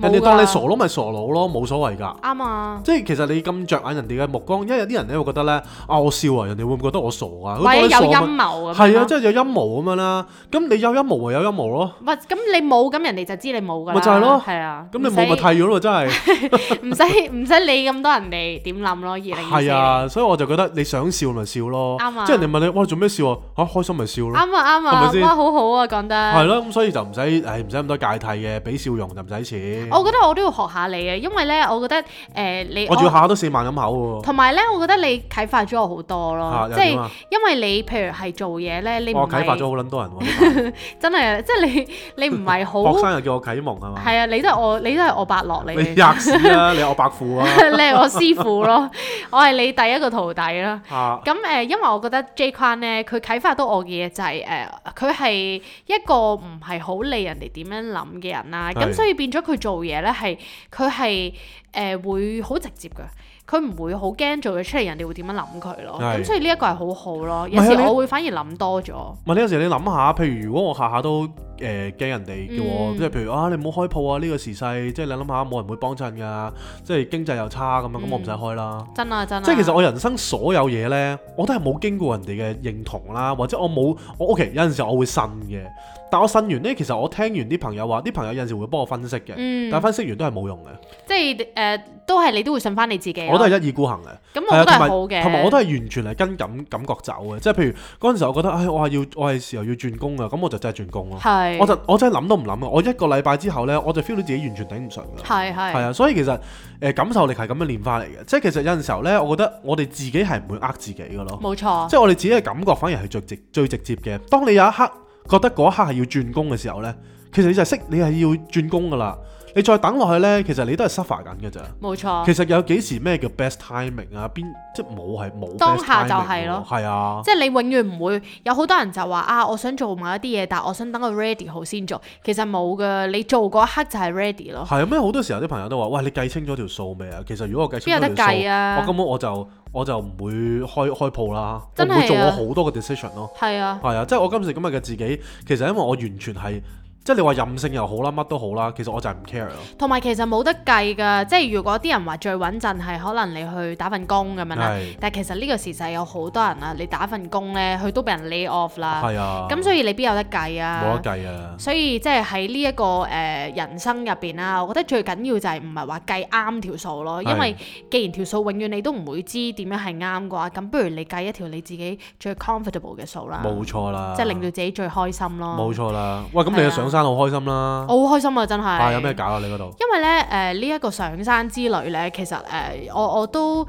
Speaker 1: 人
Speaker 3: 冇
Speaker 1: 哋
Speaker 3: 㗎
Speaker 1: 當你傻佬咪傻佬咯，冇所謂㗎。
Speaker 3: 啱啊。
Speaker 1: 即係其實你咁着眼人哋嘅目光，因為有啲人咧會覺得咧啊我笑啊，人哋會唔會覺得我傻啊？
Speaker 3: 或者
Speaker 1: 佢覺得你
Speaker 3: 有
Speaker 1: 傻咪
Speaker 3: 陰謀咁樣。
Speaker 1: 係啊，即係有陰謀咁樣啦。咁你有陰謀咪有陰謀咯，
Speaker 3: 唔係咁你冇，咁人哋就知你冇㗎啦。
Speaker 1: 咪就係咯
Speaker 3: 係啊。
Speaker 1: 咁你冇咪
Speaker 3: 唔使
Speaker 1: 剃咗咯，真係。
Speaker 3: 唔使唔使理咁多人哋點諗咯。二零二四
Speaker 1: 係啊，所以我就覺得你想笑咪笑咯，
Speaker 3: 啱啊
Speaker 1: 即係人哋問你，哇，你做咩笑啊？嚇、開心咪笑咯，
Speaker 3: 啱啊啱
Speaker 1: 係
Speaker 3: 啊
Speaker 1: 咪，先
Speaker 3: 哇好好啊講
Speaker 1: 係
Speaker 3: 得。
Speaker 1: 咯，咁所以就唔使，唉，唔使咁多芥蒂嘅，俾笑容就唔使錢。
Speaker 3: 我覺得我都要學下你啊，因為咧，我覺得誒、呃你
Speaker 1: 我仲要下下都四萬咁口喎，
Speaker 3: 同埋咧，我覺得你啟發咗我好多咯，
Speaker 1: 哦嚇又
Speaker 3: 即
Speaker 1: 點
Speaker 3: 係
Speaker 1: 啊？
Speaker 3: 因為你譬如係做嘢咧，你唔
Speaker 1: 我
Speaker 3: 係
Speaker 1: 啟發咗好撚多人喎，
Speaker 3: 真係， 即係你你唔係好
Speaker 1: 學生又叫我啟蒙係嘛？
Speaker 3: 係啊，你都係我你都係我伯樂嚟
Speaker 1: 你
Speaker 3: 嘅，
Speaker 1: 吔屎啦，你我伯父啊，
Speaker 3: 你係我師傅咯，我係你第一個徒弟啦。
Speaker 1: 嚇
Speaker 3: 咁誒、呃因為我覺得 J Kwan 咧，佢啟發到我嘅嘢就係、誒，佢、係一個唔係好理人哋點樣諗嘅人啦。
Speaker 1: 係
Speaker 3: 咁所以變咗佢做嘢咧，係佢係誒會好直接㗎。佢唔會好驚做嘢出嚟，人哋會點樣諗佢咯。
Speaker 1: 係
Speaker 3: 咁所以呢一個係好好咯。
Speaker 1: 係
Speaker 3: 有
Speaker 1: 啊
Speaker 3: 時
Speaker 1: 你
Speaker 3: 我會反而諗多咗。
Speaker 1: 唔係你有時你諗下，譬如如果我下下都誒驚人哋叫我，
Speaker 3: 嗯
Speaker 1: 即係譬如啊，你唔好開鋪啊，呢個時勢，即係你諗下冇人會幫襯㗎，即係經濟又差咁樣，咁我唔使開啦。
Speaker 3: 真啊真啊！
Speaker 1: 即係其實我人生所有嘢呢，我都係冇經過人哋嘅認同啦，或者我冇我 OK 有陣時我會信嘅，但我信完呢，其實我聽完啲朋友話，啲朋友有陣時會幫我分析嘅，
Speaker 3: 嗯
Speaker 1: 但係分析完都係冇用嘅，
Speaker 3: 即係誒、呃都係你都會信翻你自己咯。
Speaker 1: 我都係一意孤行嘅。
Speaker 3: 咁
Speaker 1: 係啊
Speaker 3: 我覺得係好
Speaker 1: 同埋
Speaker 3: 嘅。
Speaker 1: 同埋我都係完全係跟感感覺走嘅，即係譬如嗰陣時我覺得，唉，我係要我係時候要轉工啊，咁我就真係轉工咯。
Speaker 3: 係
Speaker 1: 我就我真係諗都唔諗啊！我一個禮拜之後呢，我就 feel 到自己完全頂唔順㗎啦。
Speaker 3: 係係
Speaker 1: 係啊，所以其實誒、呃感受力係咁樣練翻嚟嘅，即係其實有陣時候呢，我覺得我哋自己係唔會呃自己嘅咯。
Speaker 3: 冇錯。
Speaker 1: 即係我哋自己嘅感覺反而係最直最直接嘅。當你有一刻覺得嗰一刻係要轉工嘅時候呢，其實你就係識你係要轉工噶啦。你再等落去呢，其實你都係 suffer 緊嘅咋。
Speaker 3: 冇錯
Speaker 1: 其，實有幾時咩叫 best timing 啊？邊即係冇係冇 best timing 喎。
Speaker 3: 當下就係咯
Speaker 1: 係啊，
Speaker 3: 即係你永遠唔會有好多人就話啊，我想做某一啲嘢，但我想等我 ready 好先做。其實冇噶，你做嗰一刻就係 ready 咯。
Speaker 1: 係啊。咩好多時候啲朋友都話：喂，你計清咗條數未啊？其實如果我計清
Speaker 3: 邊有
Speaker 1: 咗
Speaker 3: 得
Speaker 1: 條數，
Speaker 3: 計啊
Speaker 1: 我根本我就我就唔會開開鋪啦，我
Speaker 3: 真係
Speaker 1: 唔會做我
Speaker 3: 啊
Speaker 1: 好多個 decision 咯。
Speaker 3: 係啊，
Speaker 1: 係啊，即係我今時今日嘅自己，其實因為我完全係即係你話任性又好啦，乜都好啦，其實我就係唔 care 咯。
Speaker 3: 同埋其實冇得計噶。即係如果啲人話最穩陣係可能你去打份工咁樣啦
Speaker 1: 係，
Speaker 3: 但係其實呢個時勢有好多人啊，你打份工呢，佢都俾人 lay off 啦。
Speaker 1: 係啊，
Speaker 3: 咁所以你邊有得計啊？
Speaker 1: 冇得計啊。
Speaker 3: 所以即係喺呢一個誒、呃人生入邊啦，我覺得最緊要就係唔係話計啱條數咯，
Speaker 1: 係
Speaker 3: 因為既然條數永遠你都唔會知點樣係啱嘅話，咁不如你計一條你自己最 comfortable 嘅數啦，
Speaker 1: 冇錯啦，
Speaker 3: 啊即係令到自己最開心咯。
Speaker 1: 冇錯啦。喂，咁你
Speaker 3: 係
Speaker 1: 嘅
Speaker 3: 啊
Speaker 1: 上山好開心啦，
Speaker 3: 我好開心啊！真係。
Speaker 1: 啊有咩搞啊？你嗰度
Speaker 3: 因為咧，誒呢一個上山之旅咧，其實誒、呃我我都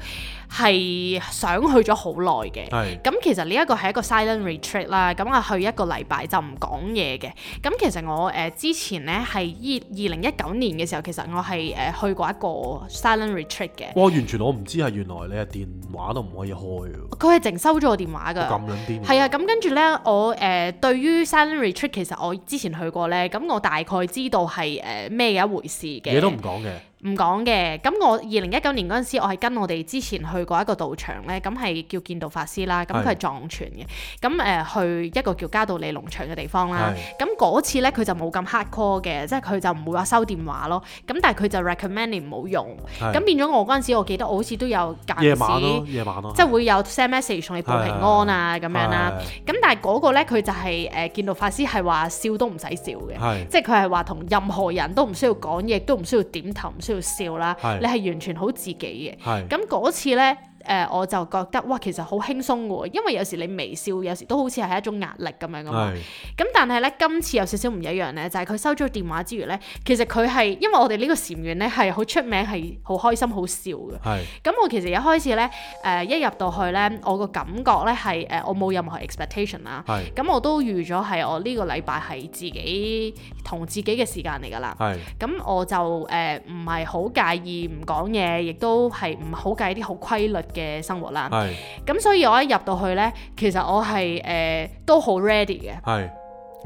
Speaker 3: 係想去咗好耐嘅。
Speaker 1: 係
Speaker 3: 咁其實呢一個係一個 silent retreat 啦，咁啊去一個禮拜就唔講嘢嘅。咁其實我誒、呃之前咧係依二零一九年嘅時候，其實我係誒、呃去過一個 silent retreat 嘅。
Speaker 1: 哇！完全我唔知係原來你係電話都唔可以開嘅，
Speaker 3: 佢係淨收咗我電話㗎。
Speaker 1: 咁撚癲嘅。
Speaker 3: 係啊，咁跟住呢，我誒、呃、對於 silent retreat 其實我之前去過呢，咁我大概知道係誒咩一回事嘅。
Speaker 1: 嘢都唔講嘅，
Speaker 3: 唔講嘅，咁我二零一九年嗰陣時，我係跟我哋之前去過一個道場咧，咁係叫見道法師啦，咁佢
Speaker 1: 係
Speaker 3: 係藏傳嘅，咁誒、呃去一個叫嘉道理農場嘅地方啦，
Speaker 1: 係
Speaker 3: 咁嗰次咧佢就冇咁 hard core 嘅，即係佢就唔會話收電話咯，咁但係佢就 recommend 你唔好用，
Speaker 1: 係
Speaker 3: 咁變咗我嗰陣時，我記得我好似都有間
Speaker 1: 夜
Speaker 3: 時
Speaker 1: 晚咯，夜晚咯，
Speaker 3: 即係會有 send message 同你報平安啊咁樣啦，
Speaker 1: 係
Speaker 3: 咁但係嗰個咧佢就係、誒、見道法師係話笑都唔使笑嘅。
Speaker 1: 係
Speaker 3: 即係佢係話同任何人都唔需要講嘢，都唔需要點頭，唔需要笑啦。
Speaker 1: 係
Speaker 3: 你係完全好自己嘅。
Speaker 1: 係
Speaker 3: 咁嗰次呢，誒、我就覺得哇，其實好輕鬆嘅喎，因為有時你微笑，有時都好似係一種壓力咁樣噶嘛。
Speaker 1: 係
Speaker 3: 咁但係呢，今次有少少唔一樣呢，就係、佢收咗電話之餘呢，其實佢係因為我哋呢個禪院呢係好出名，係好開心、好笑嘅。
Speaker 1: 係
Speaker 3: 咁我其實一開始呢，誒、一入到去呢，我個感覺呢係誒我冇任何 expectation 啦。
Speaker 1: 係
Speaker 3: 咁我都預咗係我呢個禮拜係自己同自己嘅時間嚟㗎啦。
Speaker 1: 係
Speaker 3: 咁我就誒唔係好介意唔講嘢，亦都係唔好介意啲好規律嘅生活啦。
Speaker 1: 係
Speaker 3: 咁所以我一入到去呢，其實我係誒、呃都好 ready 嘅。
Speaker 1: 係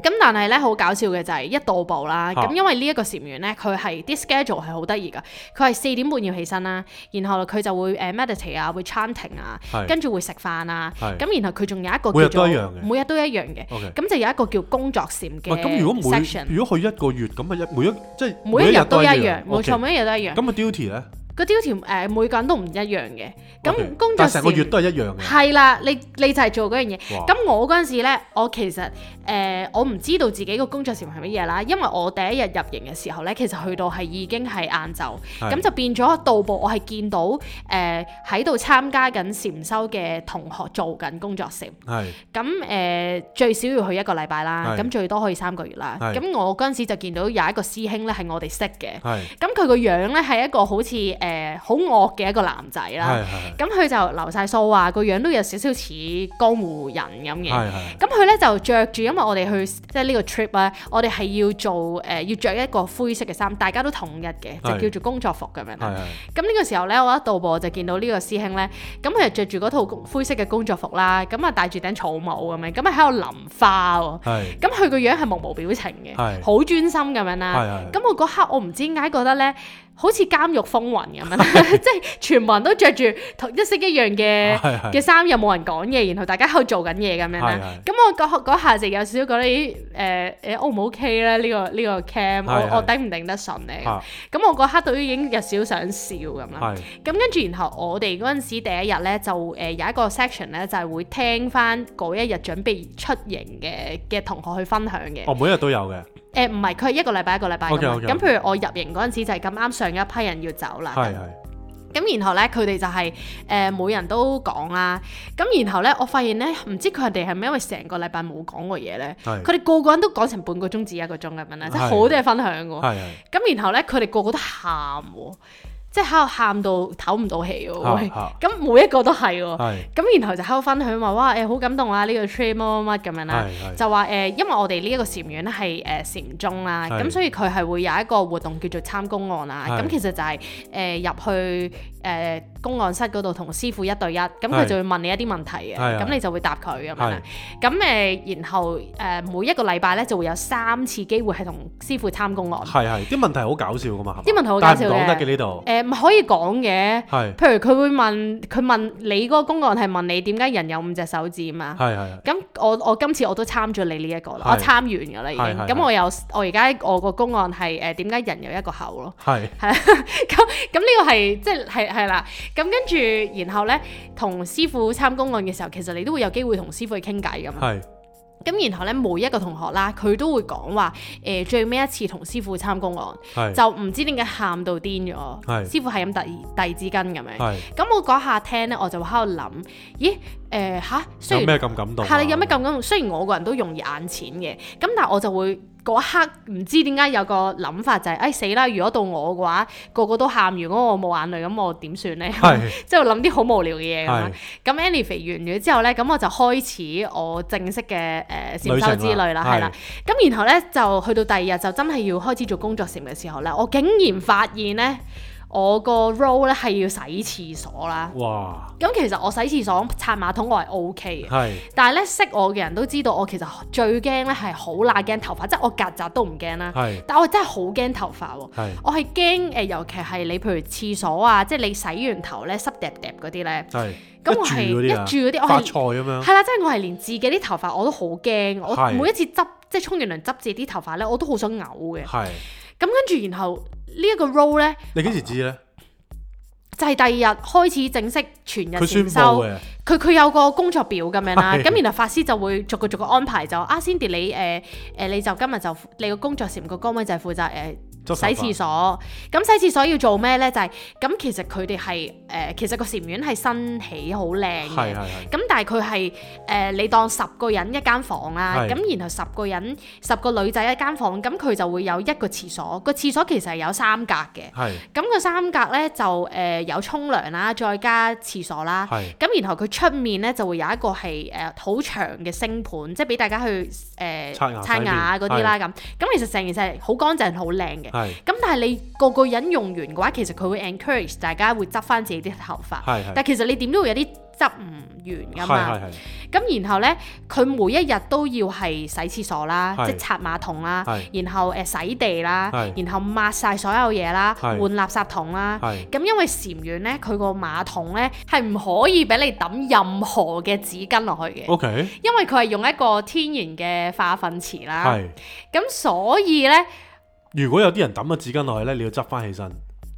Speaker 3: 咁但係咧好搞笑嘅就係一到步啦，咁、
Speaker 1: 啊
Speaker 3: 因為呢一個禪院咧，佢係啲 schedule 係好得意噶，佢係四點半要起身啦，然後佢就會誒 meditate 啊，會 chanting 啊，
Speaker 1: 係
Speaker 3: 跟住會食飯啊，
Speaker 1: 係
Speaker 3: 咁然後佢仲有一個
Speaker 1: 每日
Speaker 3: 叫做
Speaker 1: 都一樣嘅
Speaker 3: 每日都一樣嘅，
Speaker 1: OK
Speaker 3: 咁就有一個叫工作禪
Speaker 1: 唔係咁，如果
Speaker 3: 嘅
Speaker 1: 每
Speaker 3: section，
Speaker 1: 如果去一個月咁啊，一每一即係
Speaker 3: 每一日都一樣，冇
Speaker 1: OK
Speaker 3: 錯，每一日都一樣。
Speaker 1: 咁啊 duty 咧，
Speaker 3: 個 duty 誒每個人都唔一樣嘅，
Speaker 1: OK，
Speaker 3: 咁工作
Speaker 1: 但係成個月
Speaker 3: 禪
Speaker 1: 都係一樣嘅。
Speaker 3: 係啦，你你就係做嗰樣嘢。
Speaker 1: 哇
Speaker 3: 咁我嗰陣時咧，我其實誒、呃我唔知道自己個工作時係乜嘢啦，因為我第一日入營嘅時候咧，其實去到係已經係晏晝，
Speaker 1: 係
Speaker 3: 咁就變咗到步，我係見到誒喺度參加緊禪修嘅同學做緊工作禪，
Speaker 1: 係
Speaker 3: 咁誒、呃最少要去一個禮拜啦，
Speaker 1: 係
Speaker 3: 咁最多可以三個月啦。
Speaker 1: 係
Speaker 3: 咁我嗰陣時就見到有一個師兄咧係我哋識嘅，
Speaker 1: 係
Speaker 3: 咁佢個樣咧係一個好似誒好惡嘅一個男仔
Speaker 1: 係
Speaker 3: 啦。
Speaker 1: 係
Speaker 3: 咁佢就留晒鬚啊，個樣都有少少似江湖人咁
Speaker 1: 係
Speaker 3: 嘅。
Speaker 1: 係
Speaker 3: 咁佢咧就着住，因為我哋去即係呢個 trip 咧，我哋係要做誒、呃要着一個灰色嘅衫，大家都統一嘅，
Speaker 1: 係
Speaker 3: 就叫做工作服咁樣
Speaker 1: 係
Speaker 3: 啦。
Speaker 1: 係
Speaker 3: 咁呢個時候咧，我一到步我就見到呢個師兄咧，咁佢就着住嗰套灰色嘅工作服啦，咁啊戴住頂草帽咁樣，咁啊喺度淋花喎。
Speaker 1: 係
Speaker 3: 咁佢個樣係無無表情嘅
Speaker 1: 係，
Speaker 3: 好專心咁樣
Speaker 1: 係
Speaker 3: 啦
Speaker 1: 係。
Speaker 3: 咁我嗰刻我唔知點解覺得咧，好似監獄風雲咁 樣，即係全部人都着住同一式一樣嘅
Speaker 1: 係係
Speaker 3: 嘅衫，又冇人講嘢，然後大家喺度做緊嘢咁樣
Speaker 1: 係
Speaker 3: 啦
Speaker 1: 係。
Speaker 3: 咁我嗰刻嗰下就有少少覺得咦誒誒 O 唔 OK 咧？呢個呢個
Speaker 1: 係
Speaker 3: cam
Speaker 1: 係
Speaker 3: 我我頂唔頂得順咧？
Speaker 1: 啊
Speaker 3: 咁我嗰刻都已經有少少想笑咁啦。
Speaker 1: 係
Speaker 3: 咁跟住，然後我哋嗰陣時第一日咧，就誒、呃有一個 section 咧，就係、會聽翻嗰一日準備出營嘅嘅同學去分享嘅。
Speaker 1: 哦，每一日都有嘅，
Speaker 3: 誒唔係，佢係一個禮拜一個禮拜咁樣。
Speaker 1: OK，OK，OK
Speaker 3: 咁譬如我入營嗰陣時，就係咁啱上一批人要走啦。
Speaker 1: 係係
Speaker 3: 咁然後咧，佢哋就係、誒、每人都講啦。咁然後咧，我發現咧，唔知佢哋係咪因為成個禮拜冇講過嘢咧，
Speaker 1: 係
Speaker 3: 佢哋個個人都講成半個鐘至一個鐘咁樣啦，即係好多嘢分享喎。
Speaker 1: 係係
Speaker 3: 咁然後咧，佢哋個個都喊喎，即係喺度喊到唞唔到氣喎。喂
Speaker 1: 嚇嚇
Speaker 3: 咁每一個都係喎。
Speaker 1: 係
Speaker 3: 咁然後就喺度分享話，哇誒好、感動啊！呢、個 trip 乜乜乜咁樣啦
Speaker 1: 係，係
Speaker 3: 就話誒、因為我哋呢一個禪院咧係誒禪宗啦，
Speaker 1: 係
Speaker 3: 咁所以佢係會有一個活動叫做參公案啦。
Speaker 1: 係
Speaker 3: 咁其實就係、誒、入去誒、公案室嗰度同師傅一對一，咁佢
Speaker 1: 係
Speaker 3: 就會問你一啲問題嘅，
Speaker 1: 係
Speaker 3: 咁
Speaker 1: 係
Speaker 3: 你就會答佢咁樣啦
Speaker 1: 係。
Speaker 3: 咁誒、然後誒、每一個禮拜咧就會有三次機會係同師傅參公案。
Speaker 1: 係係啲問題好搞笑噶嘛，係嘛
Speaker 3: 啲問題好
Speaker 1: 但
Speaker 3: 搞笑
Speaker 1: 係唔講得嘅呢
Speaker 3: 呃誒唔
Speaker 1: 度、
Speaker 3: 可以講嘅，
Speaker 1: 係
Speaker 3: 譬如佢會問佢問你嗰個公案係問你點解人有五隻手指嘛？
Speaker 1: 係係
Speaker 3: 咁我我今次我都參咗你呢一個啦，
Speaker 1: 係
Speaker 3: 我參完㗎啦已經。
Speaker 1: 係係
Speaker 3: 咁
Speaker 1: 係
Speaker 3: 我有我而家我個公案係誒點解人有一個口咯？
Speaker 1: 係
Speaker 3: 咁呢個係即係係係啦。咁跟住然後咧，同師傅參公案嘅時候，其實你都會有機會同師傅去傾偈咁樣。
Speaker 1: 係
Speaker 3: 咁然後咧，每一個同學啦，佢都會講話誒最尾一次同師傅參公案，
Speaker 1: 係
Speaker 3: 就唔知點解喊到癲咗，
Speaker 1: 係
Speaker 3: 師傅係咁遞遞紙巾咁樣。
Speaker 1: 係
Speaker 3: 咁我嗰下聽咧，我就喺度諗，咦誒吓、雖
Speaker 1: 有
Speaker 3: 然
Speaker 1: 咩咁感動啊？
Speaker 3: 係啦，有咩咁感動？雖然我個人都容易眼淺嘅，咁但係我就會嗰一刻唔知點解有個諗法就係、哎死啦！如果到我嘅話，個個都喊，如果我冇眼淚，咁我點算呢？
Speaker 1: 係
Speaker 3: 即係諗啲好無聊嘅嘢咁樣
Speaker 1: 係。
Speaker 3: 咁 anyway 完咗之後咧，咁我就開始我正式嘅誒禪
Speaker 1: 旅
Speaker 3: 修
Speaker 1: 程
Speaker 3: 之旅啦，
Speaker 1: 啦
Speaker 3: 係啦。咁然後咧就去到第二日就真係要開始做工作禪嘅時候咧，我竟然發現咧我個 role 咧係要洗廁所啦。
Speaker 1: 哇
Speaker 3: 咁其實我洗廁所刷馬桶我係 O K 嘅。
Speaker 1: 係
Speaker 3: 但係咧識我嘅人都知道，我其實最驚咧係好乸驚頭髮，即係我曱甴都唔驚啦。
Speaker 1: 係
Speaker 3: 但我真係好驚頭髮喎，
Speaker 1: 係
Speaker 3: 我係驚誒，尤其係你譬如廁所啊，即係你洗完頭咧濕疊疊嗰啲咧，
Speaker 1: 係
Speaker 3: 咁我係
Speaker 1: 一住嗰啲啊，
Speaker 3: 一住嗰啲我係
Speaker 1: 發菜咁樣
Speaker 3: 係啦，即係我係連自己啲頭髮我都好驚，我
Speaker 1: 啊係
Speaker 3: 每一次執即係沖完涼執自己啲頭髮咧，我都好想嘔嘅。
Speaker 1: 係
Speaker 3: 咁跟住然後呢一個 role 咧，
Speaker 1: 你幾時知咧？
Speaker 3: 就係第二日開始正式全日
Speaker 1: 佢宣
Speaker 3: 禪
Speaker 1: 布
Speaker 3: 修。
Speaker 1: 嘅
Speaker 3: 佢佢有個工作表咁樣啦，
Speaker 1: 係
Speaker 3: 咁然後法師就會逐個逐個安排就啊，Cindy 你誒誒、呃你就今日就你個工作禪個崗位就係負責誒、呃
Speaker 1: 執
Speaker 3: 洗廁所，咁洗廁所要做咩呢？就係、咁其實佢哋係誒其實個禪院係新起好靚
Speaker 1: 係係
Speaker 3: 嘅。
Speaker 1: 係
Speaker 3: 咁但係佢係誒你當十個人一間房啦，
Speaker 1: 係
Speaker 3: 咁然後十個人十個女仔一間房，咁佢就會有一個廁所，個廁所其實係有三格嘅。
Speaker 1: 係
Speaker 3: 咁個三格咧就誒、呃有沖涼啦，再加廁所啦。
Speaker 1: 係
Speaker 3: 咁然後佢出面咧就會有一個係誒好長嘅星盤，即係俾大家去誒
Speaker 1: 刷牙
Speaker 3: 刷牙嗰啲啦咁。咁其實成件事係好乾淨、好靚嘅。
Speaker 1: 係
Speaker 3: 咁但係你個個人用完嘅話，其實佢會 encourage 大家會執翻自己啲頭髮。
Speaker 1: 係係
Speaker 3: 但其實你點都會有啲執唔完噶嘛。
Speaker 1: 係係
Speaker 3: 咁然後呢，佢每一日都要係洗廁所啦，
Speaker 1: 係
Speaker 3: 即係擦馬桶啦，
Speaker 1: 係
Speaker 3: 然後誒、呃洗地啦，
Speaker 1: 係
Speaker 3: 然後抹晒所有嘢啦，
Speaker 1: 係
Speaker 3: 換垃圾桶啦。
Speaker 1: 係
Speaker 3: 咁因為禪院呢，佢個馬桶呢係唔可以俾你抌任何嘅紙巾落去嘅，
Speaker 1: ，OK，
Speaker 3: 因為佢係用一個天然嘅化糞池啦。
Speaker 1: 係。
Speaker 3: 咁所以呢，
Speaker 1: 如果有啲人抌個紙巾落去咧，你要執翻起身，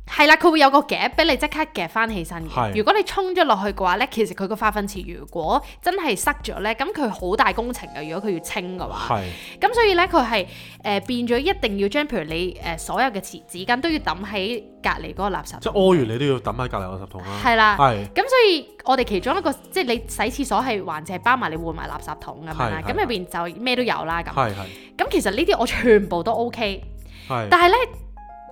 Speaker 3: 係啦，佢會有個夾俾你即刻夾翻起身嘅。
Speaker 1: 係
Speaker 3: 如果你沖咗落去嘅話呢，其實佢個化糞池如果真係塞咗呢，咁佢好大工程嘅。如果佢要清嘅話。
Speaker 1: 係
Speaker 3: 咁所以咧，佢係誒變咗一定要將譬如你誒、呃所有嘅紙紙巾都要抌喺隔離嗰個垃圾
Speaker 1: 即係啊
Speaker 3: 桶。
Speaker 1: 屙完你都要抌喺隔離個垃圾桶啦。
Speaker 3: 係啦。
Speaker 1: 係
Speaker 3: 咁所以我哋其中一個即係你洗廁所係還是係包埋你換埋垃圾桶咁樣啦，
Speaker 1: 係
Speaker 3: 咁
Speaker 1: 係
Speaker 3: 入邊就咩都有啦啊咁。
Speaker 1: 係係
Speaker 3: 咁其實呢啲我全部都 OK，
Speaker 1: 係
Speaker 3: 但係咧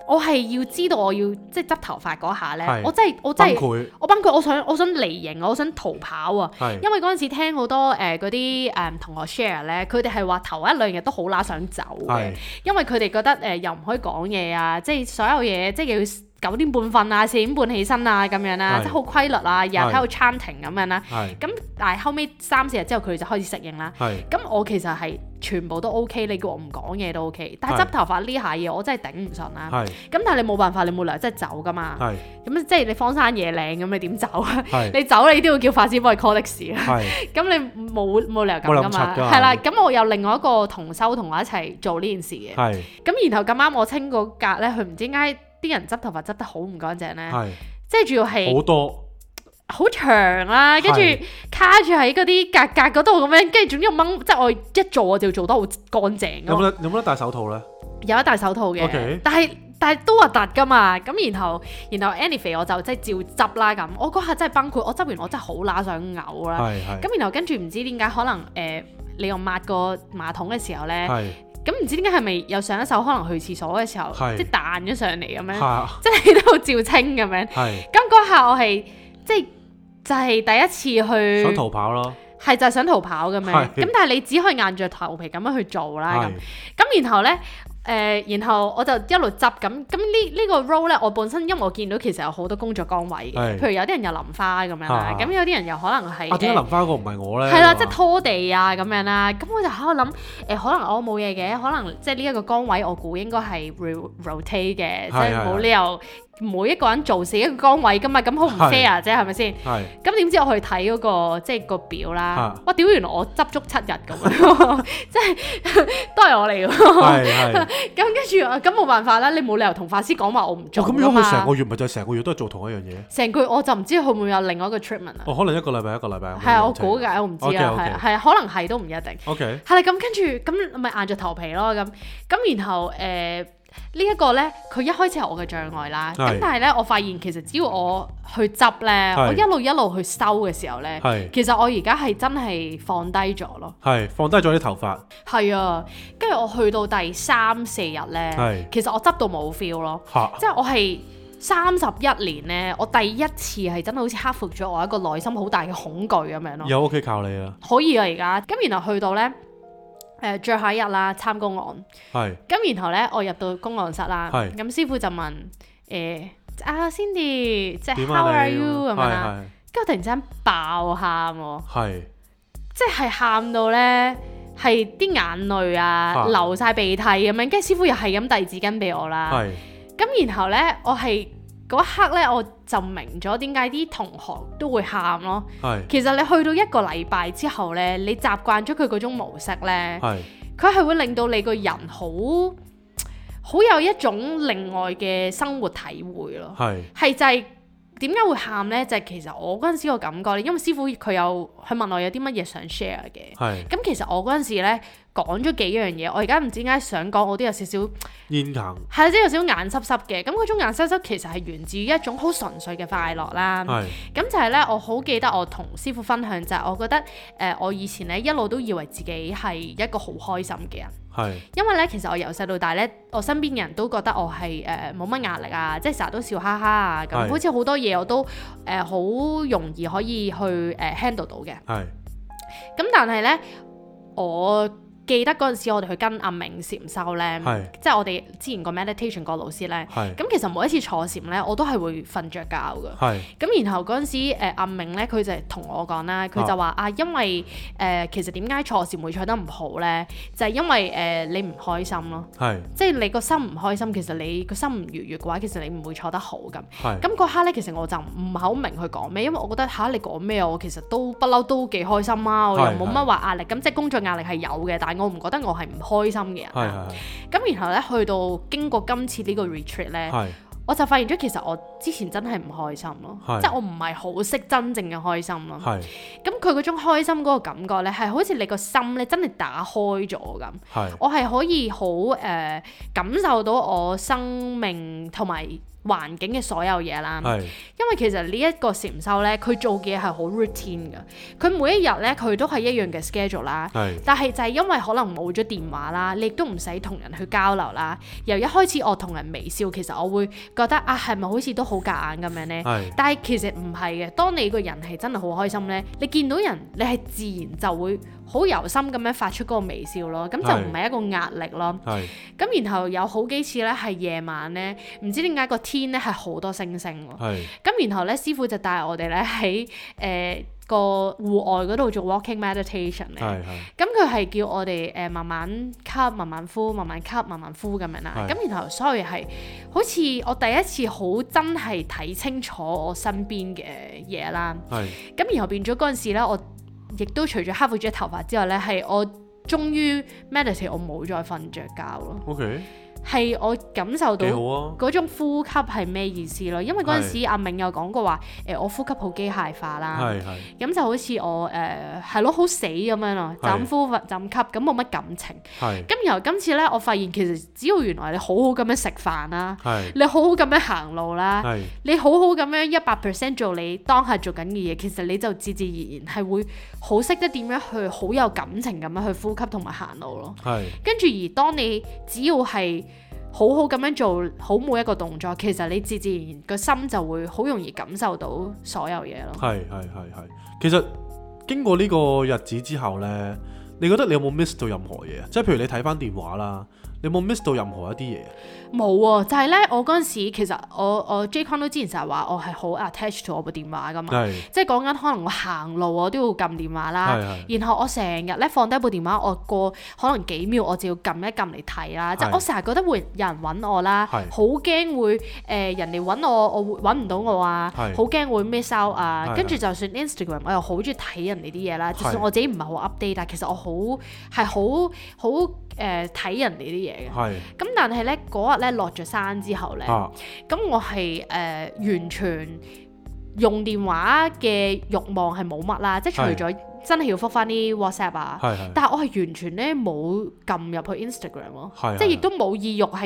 Speaker 3: 我係要知道我要即係執頭髮嗰下咧
Speaker 1: 係，
Speaker 3: 我真係我真
Speaker 1: 崩
Speaker 3: 係
Speaker 1: 潰
Speaker 3: 我崩潰，我想我想離型，我想逃跑啊！
Speaker 1: 係
Speaker 3: 因為嗰陣時聽好多誒嗰啲誒同學 share 咧，佢哋係話頭一兩日都好乸想走嘅
Speaker 1: 係，
Speaker 3: 因為佢哋覺得誒、呃又唔可以講嘢啊，即係所有嘢即係要九點半瞓啊，四點半起身啊咁樣啦，
Speaker 1: 係
Speaker 3: 即係好規律啊，日日喺度 chanting 咁樣啦。啊
Speaker 1: 係
Speaker 3: 咁但係後尾三四日之後，佢哋就開始適應啦。
Speaker 1: 係
Speaker 3: 咁我其實係全部都 OK，你叫我唔講嘢都 OK，但係
Speaker 1: 係
Speaker 3: 執頭髮呢下嘢我真係頂唔順啦。
Speaker 1: 係
Speaker 3: 咁但係你冇辦法，你冇理由真係走噶嘛。
Speaker 1: 係
Speaker 3: 咁即係你荒山野嶺咁，你點 走啊？
Speaker 1: 係
Speaker 3: 你走你都要叫法師幫你 call 的士啦。
Speaker 1: 係
Speaker 3: 咁你冇冇理由
Speaker 1: 冇理
Speaker 3: 咁噶
Speaker 1: 由咁柒
Speaker 3: 嘛？
Speaker 1: 㗎嘛
Speaker 3: 係啦，咁我有另外一個同修同我一齊做呢件事嘅。
Speaker 1: 係
Speaker 3: 咁然後咁啱我清嗰格咧，佢唔知點解啲人執頭髮執得好唔乾淨咧，
Speaker 1: 係
Speaker 3: 即係主要係
Speaker 1: 好多
Speaker 3: 好長啦，跟住
Speaker 1: 係
Speaker 3: 卡住喺嗰啲格格嗰度咁樣，跟住總之我掹，即係我一做我就做得好乾淨
Speaker 1: 有
Speaker 3: 咯。
Speaker 1: 冇得有冇得戴手套咧？
Speaker 3: 有一戴手套嘅
Speaker 1: OK
Speaker 3: 但係但係都核突㗎嘛。咁然後然後 anyway 我就即係照執啦咁。我嗰下真係崩潰，我執完我真係好乸想嘔啦。
Speaker 1: 係係
Speaker 3: 咁然後跟住唔知點解可能誒、呃你又抹個馬桶嘅時候咧，
Speaker 1: 係
Speaker 3: 咁唔知點解係咪又上一手可能去廁所嘅時候，
Speaker 1: 係
Speaker 3: 即係彈咗上嚟咁樣，
Speaker 1: 嚇
Speaker 3: 即係你都照清咁樣。
Speaker 1: 係
Speaker 3: 咁嗰下我係即係就係、第一次
Speaker 1: 想
Speaker 3: 去，
Speaker 1: 逃跑咯，
Speaker 3: 係就係想逃跑咁樣。
Speaker 1: 係
Speaker 3: 咁但係你只可以硬着頭皮咁樣去做啦咁
Speaker 1: 係。
Speaker 3: 咁然後呢，誒、然後我就一路執咁，咁呢呢個 role 呢，我本身因為我見到其實有好多工作崗位嘅，
Speaker 1: 係
Speaker 3: 譬如有啲人又淋花咁樣啦
Speaker 1: 啊，
Speaker 3: 咁有啲人又可能係
Speaker 1: 啊點解
Speaker 3: 誒
Speaker 1: 淋花嗰個唔係我咧？
Speaker 3: 係
Speaker 1: 咁啊
Speaker 3: 啦，即係拖地啊咁樣啦。咁我就喺度諗，誒、可能我冇嘢嘅，可能即係呢一個崗位，我估應該係 ro- rotate
Speaker 1: 係
Speaker 3: 嘅，即係
Speaker 1: 係
Speaker 3: 冇
Speaker 1: 係
Speaker 3: 理由每一個人做死一個崗位噶嘛，咁好唔
Speaker 1: 係
Speaker 3: fair 啫，係咪先？
Speaker 1: 係
Speaker 3: 咁點知我去睇嗰、個即係個表啦
Speaker 1: 嚇，
Speaker 3: 哇！屌，原來我執足七日咁樣， 即係 都係我嚟喎。
Speaker 1: 係係。
Speaker 3: 咁跟住啊我咁冇辦法啦，你冇理由同法師講話我唔
Speaker 1: 哦
Speaker 3: 做
Speaker 1: 咁
Speaker 3: 㗎
Speaker 1: 如果
Speaker 3: 嘛。
Speaker 1: 佢成個月咪就係成個月都係做同一樣嘢？
Speaker 3: 成個月我就唔知佢會唔會有另外一個 treatment 啊？
Speaker 1: 哦，可能一個禮拜一個禮拜咁樣。
Speaker 3: 係啊，我估㗎，我唔知啊，
Speaker 1: OK，OK
Speaker 3: 係啊係啊可能係都唔一定。
Speaker 1: O K
Speaker 3: 係啦，咁跟住咁咪硬着頭皮咯，咁咁然後誒、呃呢一個呢，佢一開始係我嘅障礙啦，咁
Speaker 1: 係
Speaker 3: 但係呢，我發現其實只要我去執呢，
Speaker 1: 係
Speaker 3: 我一路一路去收嘅時候呢，
Speaker 1: 係
Speaker 3: 其實我而家係真係放低咗咯，
Speaker 1: 係放低咗啲頭髮，
Speaker 3: 係啊，跟住我去到第三四日呢
Speaker 1: 係，
Speaker 3: 其實我執到冇 feel 咯，
Speaker 1: 嚇
Speaker 3: 即係我係。三十一年呢，我第一次係真係好似克服咗我一個內心好大嘅恐懼咁樣咯。
Speaker 1: 有 O K 靠你啊，
Speaker 3: 可以啊，而家咁然後去到呢，誒、呃最後一日啦，參公案。
Speaker 1: 係
Speaker 3: 咁然後咧，我入到公案室啦，
Speaker 1: 係
Speaker 3: 咁師傅就問誒啊 Cindy，即係
Speaker 1: 點
Speaker 3: How
Speaker 1: 啊
Speaker 3: are
Speaker 1: 你
Speaker 3: you 咁樣啊
Speaker 1: 係
Speaker 3: 啦，跟住突然之間爆喊喎，
Speaker 1: 係
Speaker 3: 即係喊到咧係啲眼淚啊
Speaker 1: 啊
Speaker 3: 流晒鼻涕咁樣，跟住師傅又係咁遞紙巾俾我啦，
Speaker 1: 係
Speaker 3: 咁然後咧我係嗰一刻咧我就明咗點解啲同學都會喊咯。
Speaker 1: 係
Speaker 3: 其實你去到一個禮拜之後咧，你習慣咗佢嗰種模式咧。
Speaker 1: 係
Speaker 3: 佢係會令到你個人好好有一種另外嘅生活體會咯。
Speaker 1: 係
Speaker 3: 係就係點解會喊呢？就係、其實我嗰陣時個感覺咧，因為師傅佢有佢問我有啲乜嘢想 share 嘅。
Speaker 1: 係
Speaker 3: 咁其實我嗰陣時咧講咗幾樣嘢，我而家唔知點解想講，我都有少少
Speaker 1: 煙藤
Speaker 3: 係啦，即係有少少眼濕濕嘅。咁嗰種眼濕濕其實係源自於一種好純粹嘅快樂啦。
Speaker 1: 係
Speaker 3: 咁就係咧，我好記得我同師傅分享就係、我覺得誒、呃我以前咧一路都以為自己係一個好開心嘅人。
Speaker 1: 係
Speaker 3: 因為咧，其實我由細到大咧，我身邊嘅人都覺得我係誒冇乜壓力啊，即係成日都笑哈哈啊，咁
Speaker 1: 係
Speaker 3: 好似好多嘢我都誒好、容易可以去誒、呃 handle 到嘅。
Speaker 1: 係
Speaker 3: 咁但係咧，我記得嗰陣時我哋去跟阿明禪修咧
Speaker 1: 係，
Speaker 3: 即係我哋之前個 meditation 個老師咧。
Speaker 1: 係
Speaker 3: 咁其實每一次坐禪咧，我都係會瞓着覺㗎。
Speaker 1: 係
Speaker 3: 咁然後嗰陣時，呃阿明咧，佢就同我講啦，佢就話啊，因為誒、呃其實點解坐禪會坐得唔好咧，就係、因為誒、呃你唔開心咯，
Speaker 1: 係
Speaker 3: 即係你個心唔開心，其實你個心唔愉悅嘅話，其實你唔會坐得好咁。
Speaker 1: 係
Speaker 3: 咁嗰刻咧，其實我就唔係好明佢講咩，因為我覺得吓、你講咩，我其實都不嬲都幾開心啊，我又
Speaker 1: 係
Speaker 3: 冇乜話壓力，咁即係工作壓力係有嘅，但係我唔覺得我係唔開心嘅人
Speaker 1: 係
Speaker 3: 啦。咁然後咧，去到經過今次呢個 retreat 咧。
Speaker 1: 係
Speaker 3: 我就發現咗其實我之前真係唔開心咯，
Speaker 1: 係
Speaker 3: 即係我唔係好識真正嘅開心咯。
Speaker 1: 係
Speaker 3: 咁佢嗰種開心嗰個感覺咧，係好似你個心咧真係打開咗咁。
Speaker 1: 係
Speaker 3: 我係可以好誒、呃感受到我生命同埋環境嘅所有嘢啦。
Speaker 1: 係
Speaker 3: 因為其實呢一個禪修咧，佢做嘅嘢係好 routine 嘅，佢每一日咧佢都係一樣嘅 schedule 啦。
Speaker 1: 係
Speaker 3: 但係就係因為可能冇咗電話啦，你亦都唔使同人去交流啦。由一開始我同人微笑，其實我會覺得啊，係咪好似都好夾硬咁樣呢？
Speaker 1: 係
Speaker 3: 但係其實唔係嘅，當你個人係真係好開心呢，你見到人你係自然就會好由心咁樣發出嗰個微笑咯，咁就唔係一個壓力咯。
Speaker 1: 係
Speaker 3: 咁然後有好幾次呢，係夜晚呢，唔知點解個天呢係好多星星喎。
Speaker 1: 係
Speaker 3: 咁然後咧，師傅就帶我哋咧喺誒個戶外嗰度做 walking meditation 咧。
Speaker 1: 係係
Speaker 3: 咁佢係叫我哋誒、呃慢慢吸、慢慢呼、慢慢吸、慢慢呼咁樣啦。
Speaker 1: 係
Speaker 3: 咁然後所以係好似我第一次好真係睇清楚我身邊嘅嘢啦。
Speaker 1: 係
Speaker 3: 咁然後變咗嗰陣時咧，我亦都除咗黑咗隻頭髮之外咧，係我終於 meditate 我冇再瞓着覺咯，
Speaker 1: OK
Speaker 3: 係我感受到
Speaker 1: 幾好啊
Speaker 3: 嗰種呼吸係咩意思咯？因為嗰陣時阿明有講過話，誒、我呼吸好機械化啦，
Speaker 1: 係係
Speaker 3: 咁就好似我誒係咯，好死咁樣咯，就
Speaker 1: 係
Speaker 3: 咁呼就咁吸，咁冇乜感情。
Speaker 1: 係
Speaker 3: 咁然後今次咧，我發現其實只要原來你好好咁樣食飯啦，
Speaker 1: 係
Speaker 3: 你好好咁樣行路啦，
Speaker 1: 係
Speaker 3: 你好好咁樣一百 percent 做你當下做緊嘅嘢，其實你就自自然然係會好識得點樣去好有感情咁樣去呼吸同埋行路咯。
Speaker 1: 係
Speaker 3: 跟住而當你只要係好好咁樣做好每一個動作，其實你自自然然個心就會好容易感受到所有嘢咯。
Speaker 1: 係係係係，其實經過呢個日子之後呢，你覺得你有冇 miss 到任何嘢啊？即係譬如你睇翻電話啦，你有冇 miss 到任何一啲嘢？
Speaker 3: 冇啊，就係、呢。我嗰陣時其實我我 J Con 都之前成日話我係好 attached to 我部電話噶嘛，
Speaker 1: 係
Speaker 3: 即係講緊可能我行路我都要撳電話啦。
Speaker 1: 係
Speaker 3: 然後我成日咧放低部電話，我過可能幾秒我就要撳一撳嚟睇啦。即係
Speaker 1: 係
Speaker 3: 我成日覺得會有人揾我啦，好
Speaker 1: 係
Speaker 3: 驚會誒、呃人哋揾我，我會揾唔到我啊，
Speaker 1: 係
Speaker 3: 好驚會 miss out 啊。
Speaker 1: 係
Speaker 3: 跟住就算 Instagram，我又好中意睇人哋啲嘢啦。就算
Speaker 1: 係
Speaker 3: 我自己唔係好 update，但係其實我好係好好誒睇人哋啲嘢嘅。
Speaker 1: 係
Speaker 3: 咁但係咧嗰日咧落咗山之後咧，咁、
Speaker 1: 啊
Speaker 3: 我係誒、呃完全用電話嘅慾望係冇乜啦，即係除
Speaker 1: 係
Speaker 3: 咗真係要覆返啲 WhatsApp 啊，
Speaker 1: 係係
Speaker 3: 但係我係完全咧冇撳入去 Instagram 咯，
Speaker 1: 係
Speaker 3: 即係
Speaker 1: 係
Speaker 3: 亦都冇意欲係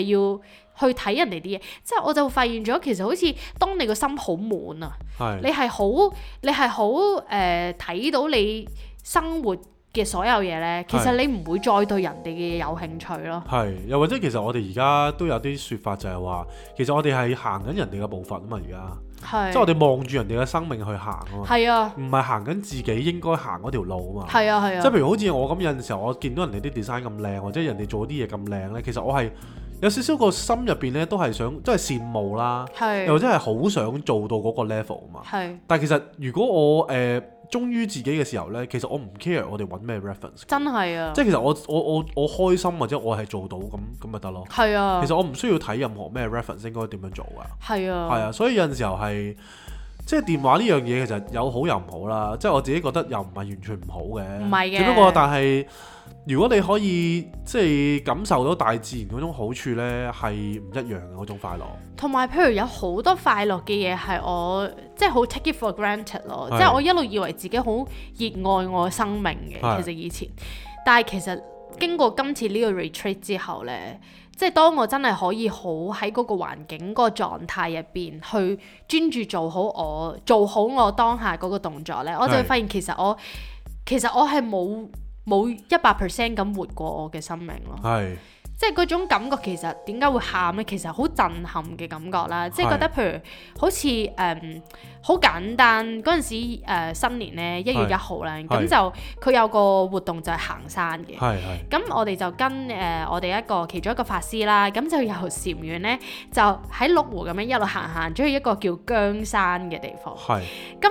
Speaker 3: 要去睇人哋啲嘢，即係我就發現咗其實好似當你個心好滿啊，
Speaker 1: 係
Speaker 3: 你係好你係好誒睇到你生活嘅所有嘢咧，其實
Speaker 1: 係
Speaker 3: 你唔會再對人哋嘅嘢有興趣咯。
Speaker 1: 係，又或者其實我哋而家都有啲説法就係話，其實我哋係行緊人哋嘅步伐啊嘛，而家
Speaker 3: 係，
Speaker 1: 即係我哋望住人哋嘅生命去行啊嘛，
Speaker 3: 係啊，
Speaker 1: 唔係行緊自己應該行嗰條路啊嘛。
Speaker 3: 係啊，係啊，
Speaker 1: 即係譬如好似我咁有陣時候，我見到人哋啲 design 咁靚，或者人哋做啲嘢咁靚呢，其實我係有少少個心入邊呢，都係想，即係羨慕啦，又或
Speaker 3: 係
Speaker 1: 者係好想做到嗰個 level 啊嘛。
Speaker 3: 係
Speaker 1: 但係其實如果我誒、呃、忠於自己嘅時候呢，其實我唔 care 我哋揾咩 reference，
Speaker 3: 真係啊
Speaker 1: 即，係其實我我我我開心或者我係做到咁咁咪得咯。
Speaker 3: 係啊
Speaker 1: 其，實我唔需要睇任何咩 reference 應該點樣做㗎。
Speaker 3: 係啊，
Speaker 1: 係啊，所以有陣時候係即係電話呢樣嘢，其實有好有唔好啦。即係我自己覺得又唔係完全唔好嘅，
Speaker 3: 唔係嘅
Speaker 1: 只不過但係如果你可以即係感受到大自然嗰種好處呢，係唔一樣嘅嗰種快樂。
Speaker 3: 同埋譬如有好多快樂嘅嘢係我即係好 take it for granted 咯，
Speaker 1: 係
Speaker 3: 即係我一路以為自己好熱愛我生命嘅，
Speaker 1: 係
Speaker 3: 其實以前，但係其實經過今次呢個 retreat 之後呢，即係當我真係可以好喺嗰個環境、嗰個狀態入邊去專注做好我做好我當下嗰個動作呢，我就會
Speaker 1: 係
Speaker 3: 發現其實我其實我係冇冇一百 percent 咁活過我嘅生命咯。
Speaker 1: 係
Speaker 3: 即係嗰種感覺其實點解會喊呢？其實好震撼嘅感覺啦，即係覺得譬如好似誒好簡單嗰陣時、呃、新年呢，一月
Speaker 1: 係
Speaker 3: 一號啦，咁
Speaker 1: 係
Speaker 3: 就佢有個活動就係行山嘅。
Speaker 1: 係係
Speaker 3: 咁我哋就跟誒、呃我哋一個其中一個法師啦，咁就由禪院呢，就喺麓湖咁樣一路行行咗去一個叫姜山嘅地方。
Speaker 1: 係
Speaker 3: 咁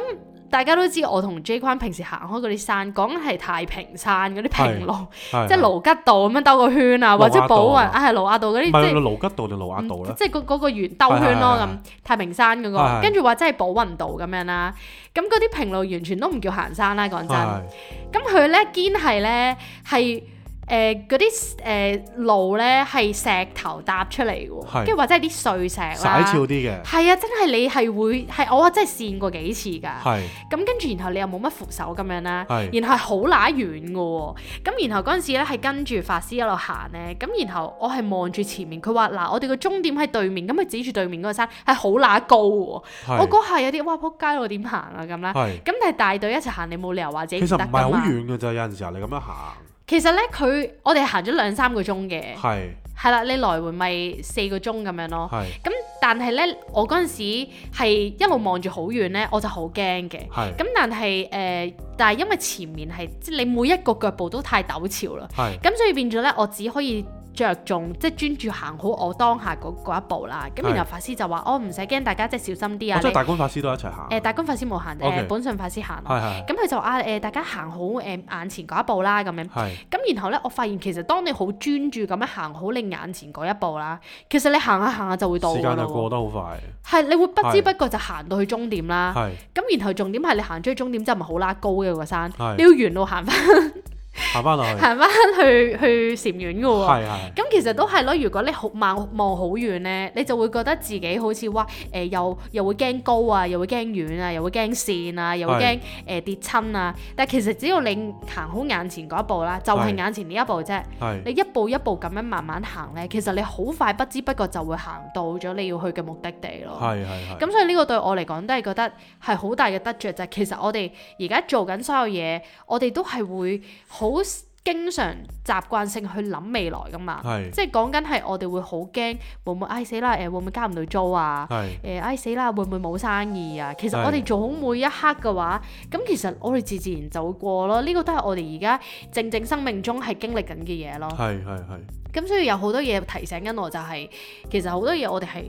Speaker 3: 大家都知我同 J 坤平時行開嗰啲山，講緊係太平山嗰啲平路，
Speaker 1: 係
Speaker 3: 即係盧吉道咁樣兜個圈
Speaker 1: 盧
Speaker 3: 啊，或
Speaker 1: 亞道
Speaker 3: 者寶雲
Speaker 1: 啊
Speaker 3: 啊，係盧亞道嗰啲
Speaker 1: 唔係
Speaker 3: 即係。嗯
Speaker 1: 盧吉道定盧亞道咧？
Speaker 3: 即係嗰嗰個圓兜圈
Speaker 1: 係係
Speaker 3: 咯
Speaker 1: 係
Speaker 3: 咁，太平山嗰
Speaker 1: 係係
Speaker 3: 個，跟住話真係寶雲道咁樣啦。咁嗰啲平路完全都唔叫行山啦，講真。
Speaker 1: 係
Speaker 3: 咁佢咧堅係咧係誒嗰啲誒路咧係石頭搭出嚟
Speaker 1: 係
Speaker 3: 嘅喎，跟住或者係啲碎石啦
Speaker 1: 洗。俏啲嘅，
Speaker 3: 係啊，真係你係會係我真係試過幾次㗎。
Speaker 1: 係
Speaker 3: 咁跟住然後你又冇乜扶手咁樣啦，
Speaker 1: 係
Speaker 3: 然後係好乸遠嘅喎。咁然後嗰陣時咧係跟住法師一路行咧，咁然後我係望住前面，佢話嗱我哋個終點喺對面，咁佢指住對面嗰個山係好乸高喎。
Speaker 1: 係
Speaker 3: 我嗰下有啲哇仆街，我點行啊咁啦。
Speaker 1: 係。
Speaker 3: 咁但係大隊一齊行，你冇理由話自己
Speaker 1: 其實
Speaker 3: 得
Speaker 1: 唔係好
Speaker 3: 㗎嘛。
Speaker 1: 遠嘅咋，有陣時候你咁樣行，
Speaker 3: 其實咧佢我哋行咗兩三個鐘嘅，
Speaker 1: 係
Speaker 3: 係啦，你來回咪四個鐘咁樣咯。
Speaker 1: 係
Speaker 3: 咁但係咧，我嗰陣時係一路望住好遠咧，我就好驚嘅。
Speaker 1: 係
Speaker 3: 咁但係誒、呃但係因為前面係即係你每一個腳步都太陡峭啦，
Speaker 1: 係
Speaker 3: 咁所以變咗咧，我只可以着重即係專注行好我當下嗰嗰一步啦。咁
Speaker 1: 係
Speaker 3: 然後法師就話：哦我唔使驚，大家即係小心啲
Speaker 1: 我
Speaker 3: 啊！
Speaker 1: 即係
Speaker 3: 你
Speaker 1: 大觀法師都一齊行，
Speaker 3: 誒
Speaker 1: 係
Speaker 3: 大公法師冇行，誒
Speaker 1: OK
Speaker 3: 本信法師行咯。
Speaker 1: 係
Speaker 3: 咁佢就話啊誒、大家行好誒、眼前嗰一步啦，咁樣。
Speaker 1: 係
Speaker 3: 咁然後咧，我發現其實當你好專注咁樣行好你眼前嗰一步啦，其實你行下行下就會到
Speaker 1: 時
Speaker 3: 㗎
Speaker 1: 間
Speaker 3: 啦
Speaker 1: 就過
Speaker 3: 喎。
Speaker 1: 得好快，
Speaker 3: 係你會不
Speaker 1: 係
Speaker 3: 知不覺就行到去終點啦。
Speaker 1: 係
Speaker 3: 咁然後重點係你行咗去終點之後，咪好拉高嘅個山，
Speaker 1: 係
Speaker 3: 你要沿路行翻
Speaker 1: 行翻落去，
Speaker 3: 行啊翻去去禪院嘅喎。
Speaker 1: 係係
Speaker 3: 咁其實都係咯，如果你好望望好遠咧，你就會覺得自己好似哇誒、又又會驚高啊，又會驚遠啊，又會驚線啊，又會
Speaker 1: 係
Speaker 3: 驚誒、跌親啊。但係其實只要你行好眼前嗰一步啦，就係、
Speaker 1: 係
Speaker 3: 眼前呢一步啫。
Speaker 1: 係
Speaker 3: 你一步一步咁樣慢慢行咧，其實你好快不知不覺就會行到咗你要去嘅目的地咯。
Speaker 1: 係係係
Speaker 3: 咁所以呢個對我嚟講都係覺得係好大嘅得着，就係、其實我哋而家做緊所有嘢，我哋都係會好經常習慣性去諗未來噶嘛。
Speaker 1: 係
Speaker 3: 即係講緊係我哋會好驚，會唔會唉死啦？誒、會唔會交唔到租啊？
Speaker 1: 係
Speaker 3: 誒唉死啦，會唔會冇生意啊？其實
Speaker 1: 係
Speaker 3: 我哋做好每一刻嘅話，咁其實我哋自自然就會過咯。呢、個都係我哋而家正正生命中係經歷緊嘅嘢咯。
Speaker 1: 係係係
Speaker 3: 咁所以有好多嘢提醒緊我、就係其實好多嘢我哋係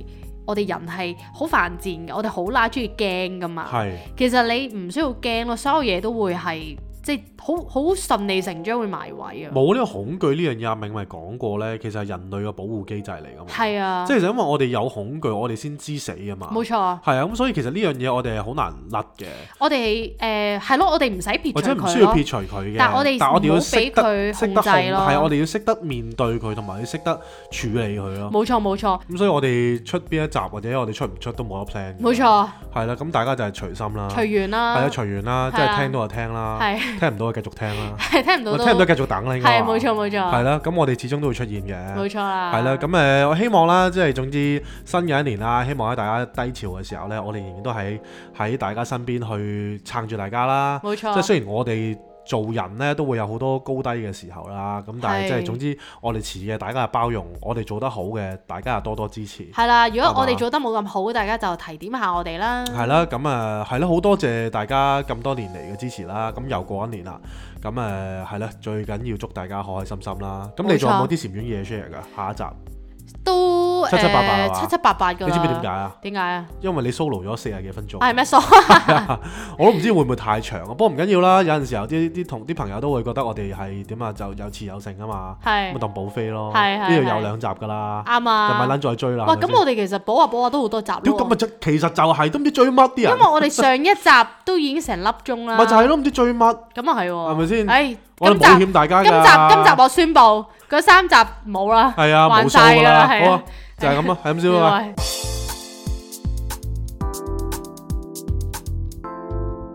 Speaker 3: 我哋人係好犯賤嘅，我哋好乸中意驚噶嘛。
Speaker 1: 係
Speaker 3: 其實你唔需要驚咯，所有嘢都會係即係好好順理成章會埋位啊。
Speaker 1: 冇呢個恐懼呢樣嘢，阿明咪講過咧，其實係人類嘅保護機制嚟噶嘛，
Speaker 3: 係啊
Speaker 1: 即，係就因為我哋有恐懼，我哋先知死啊嘛，
Speaker 3: 冇錯。
Speaker 1: 係啊，咁所以其實呢樣嘢我哋係好難甩嘅，
Speaker 3: 我哋誒係咯，我哋唔使撇除
Speaker 1: 或者唔
Speaker 3: 佢
Speaker 1: 需要
Speaker 3: 咯
Speaker 1: 撇。除佢嘅，
Speaker 3: 但係我哋
Speaker 1: 但係我哋
Speaker 3: 唔
Speaker 1: 要
Speaker 3: 好
Speaker 1: 識
Speaker 3: 俾
Speaker 1: 得
Speaker 3: 佢
Speaker 1: 識得
Speaker 3: 控制
Speaker 1: 控
Speaker 3: 咯
Speaker 1: 係我哋要識得面對佢，同埋要識得處理佢咯。
Speaker 3: 冇錯冇錯
Speaker 1: 咁所以我哋出邊一集或者我哋出唔出都冇得 plan。
Speaker 3: 冇，錯，
Speaker 1: 係啦，咁大家就係隨心啦，
Speaker 3: 隨緣
Speaker 1: 啊係啊，
Speaker 3: 啦。
Speaker 1: 隨緣啦，即
Speaker 3: 係
Speaker 1: 係
Speaker 3: 啊
Speaker 1: 聽到就聽啦，
Speaker 3: 係
Speaker 1: 聽唔到就繼續聽啦，
Speaker 3: 係聽唔
Speaker 1: 我
Speaker 3: 到都
Speaker 1: 聽唔到繼續等啦，應該
Speaker 3: 係
Speaker 1: 話
Speaker 3: 冇錯冇
Speaker 1: 係
Speaker 3: 錯，
Speaker 1: 啦，咁我哋始終都會出現嘅
Speaker 3: 冇。錯啦。
Speaker 1: 係啦，咁啊呃誒，我希望啦，即係總之新嘅一年啦，希望喺大家低潮嘅時候呢，我哋仍然都喺喺大家身邊去撐住大家啦。
Speaker 3: 冇
Speaker 1: 即係
Speaker 3: 錯，
Speaker 1: 雖然我哋做人呢都會有好多高低嘅時候啦，咁但係
Speaker 3: 係
Speaker 1: 即係總之我哋遲嘅大家係包容，我哋做得好嘅大家係多多支持。
Speaker 3: 係啦。如果我
Speaker 1: 係
Speaker 3: 哋
Speaker 1: 嘛
Speaker 3: 做得冇咁好，大家就提點下我哋啦。
Speaker 1: 係啦，咁啊係啦，好多謝大家咁多年嚟嘅支持啦，咁又過一年啦，咁誒係啦，最緊要祝大家開開心心啦。咁你仲有冇
Speaker 3: 冇錯
Speaker 1: 啲禪院嘢 share 㗎？下一 集
Speaker 3: 都
Speaker 1: 七七八八係
Speaker 3: 誒
Speaker 1: 嘛
Speaker 3: 七七八八㗎啦。
Speaker 1: 你知唔知點解啊？
Speaker 3: 點解啊？
Speaker 1: 因為你 solo 咗四十幾分鐘。
Speaker 3: 係咩傻？
Speaker 1: 我都唔知會唔會太長啊，不過唔緊要啦。有陣時候啲啲同啲朋友都會覺得我哋係點啊，就有次有性啊嘛，
Speaker 3: 係
Speaker 1: 咁當補飛咯。
Speaker 3: 係
Speaker 1: 呢度
Speaker 3: 係
Speaker 1: 有
Speaker 3: 係
Speaker 1: 兩集㗎啦，
Speaker 3: 啱
Speaker 1: 就咪
Speaker 3: 啊！
Speaker 1: 撚再追啦。
Speaker 3: 哇！
Speaker 1: 係咪
Speaker 3: 咁
Speaker 1: 先
Speaker 3: 我哋其實補下補下都好多集
Speaker 1: 屌咁咪
Speaker 3: 咯。
Speaker 1: 就其實就係都唔知追乜啲
Speaker 3: 因為
Speaker 1: 人，
Speaker 3: 我哋上一集都已經成粒鐘啦。
Speaker 1: 咪就係咯，唔知追乜，
Speaker 3: 咁啊係喎。
Speaker 1: 係咪先
Speaker 3: 唉，
Speaker 1: 我哋
Speaker 3: 今集
Speaker 1: 冇欠大家㗎。
Speaker 3: 今集今集我宣布，嗰三集冇啦。
Speaker 1: 係啊，
Speaker 3: 還
Speaker 1: 冇數
Speaker 3: 晒
Speaker 1: 㗎
Speaker 3: 㗎
Speaker 1: 啦，
Speaker 3: 啦
Speaker 1: 好
Speaker 3: 係啊
Speaker 1: 啊，就係咁啊，係咁先啦。
Speaker 3: 喂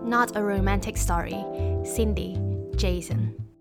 Speaker 2: Not a romantic story. Cindy, Jason.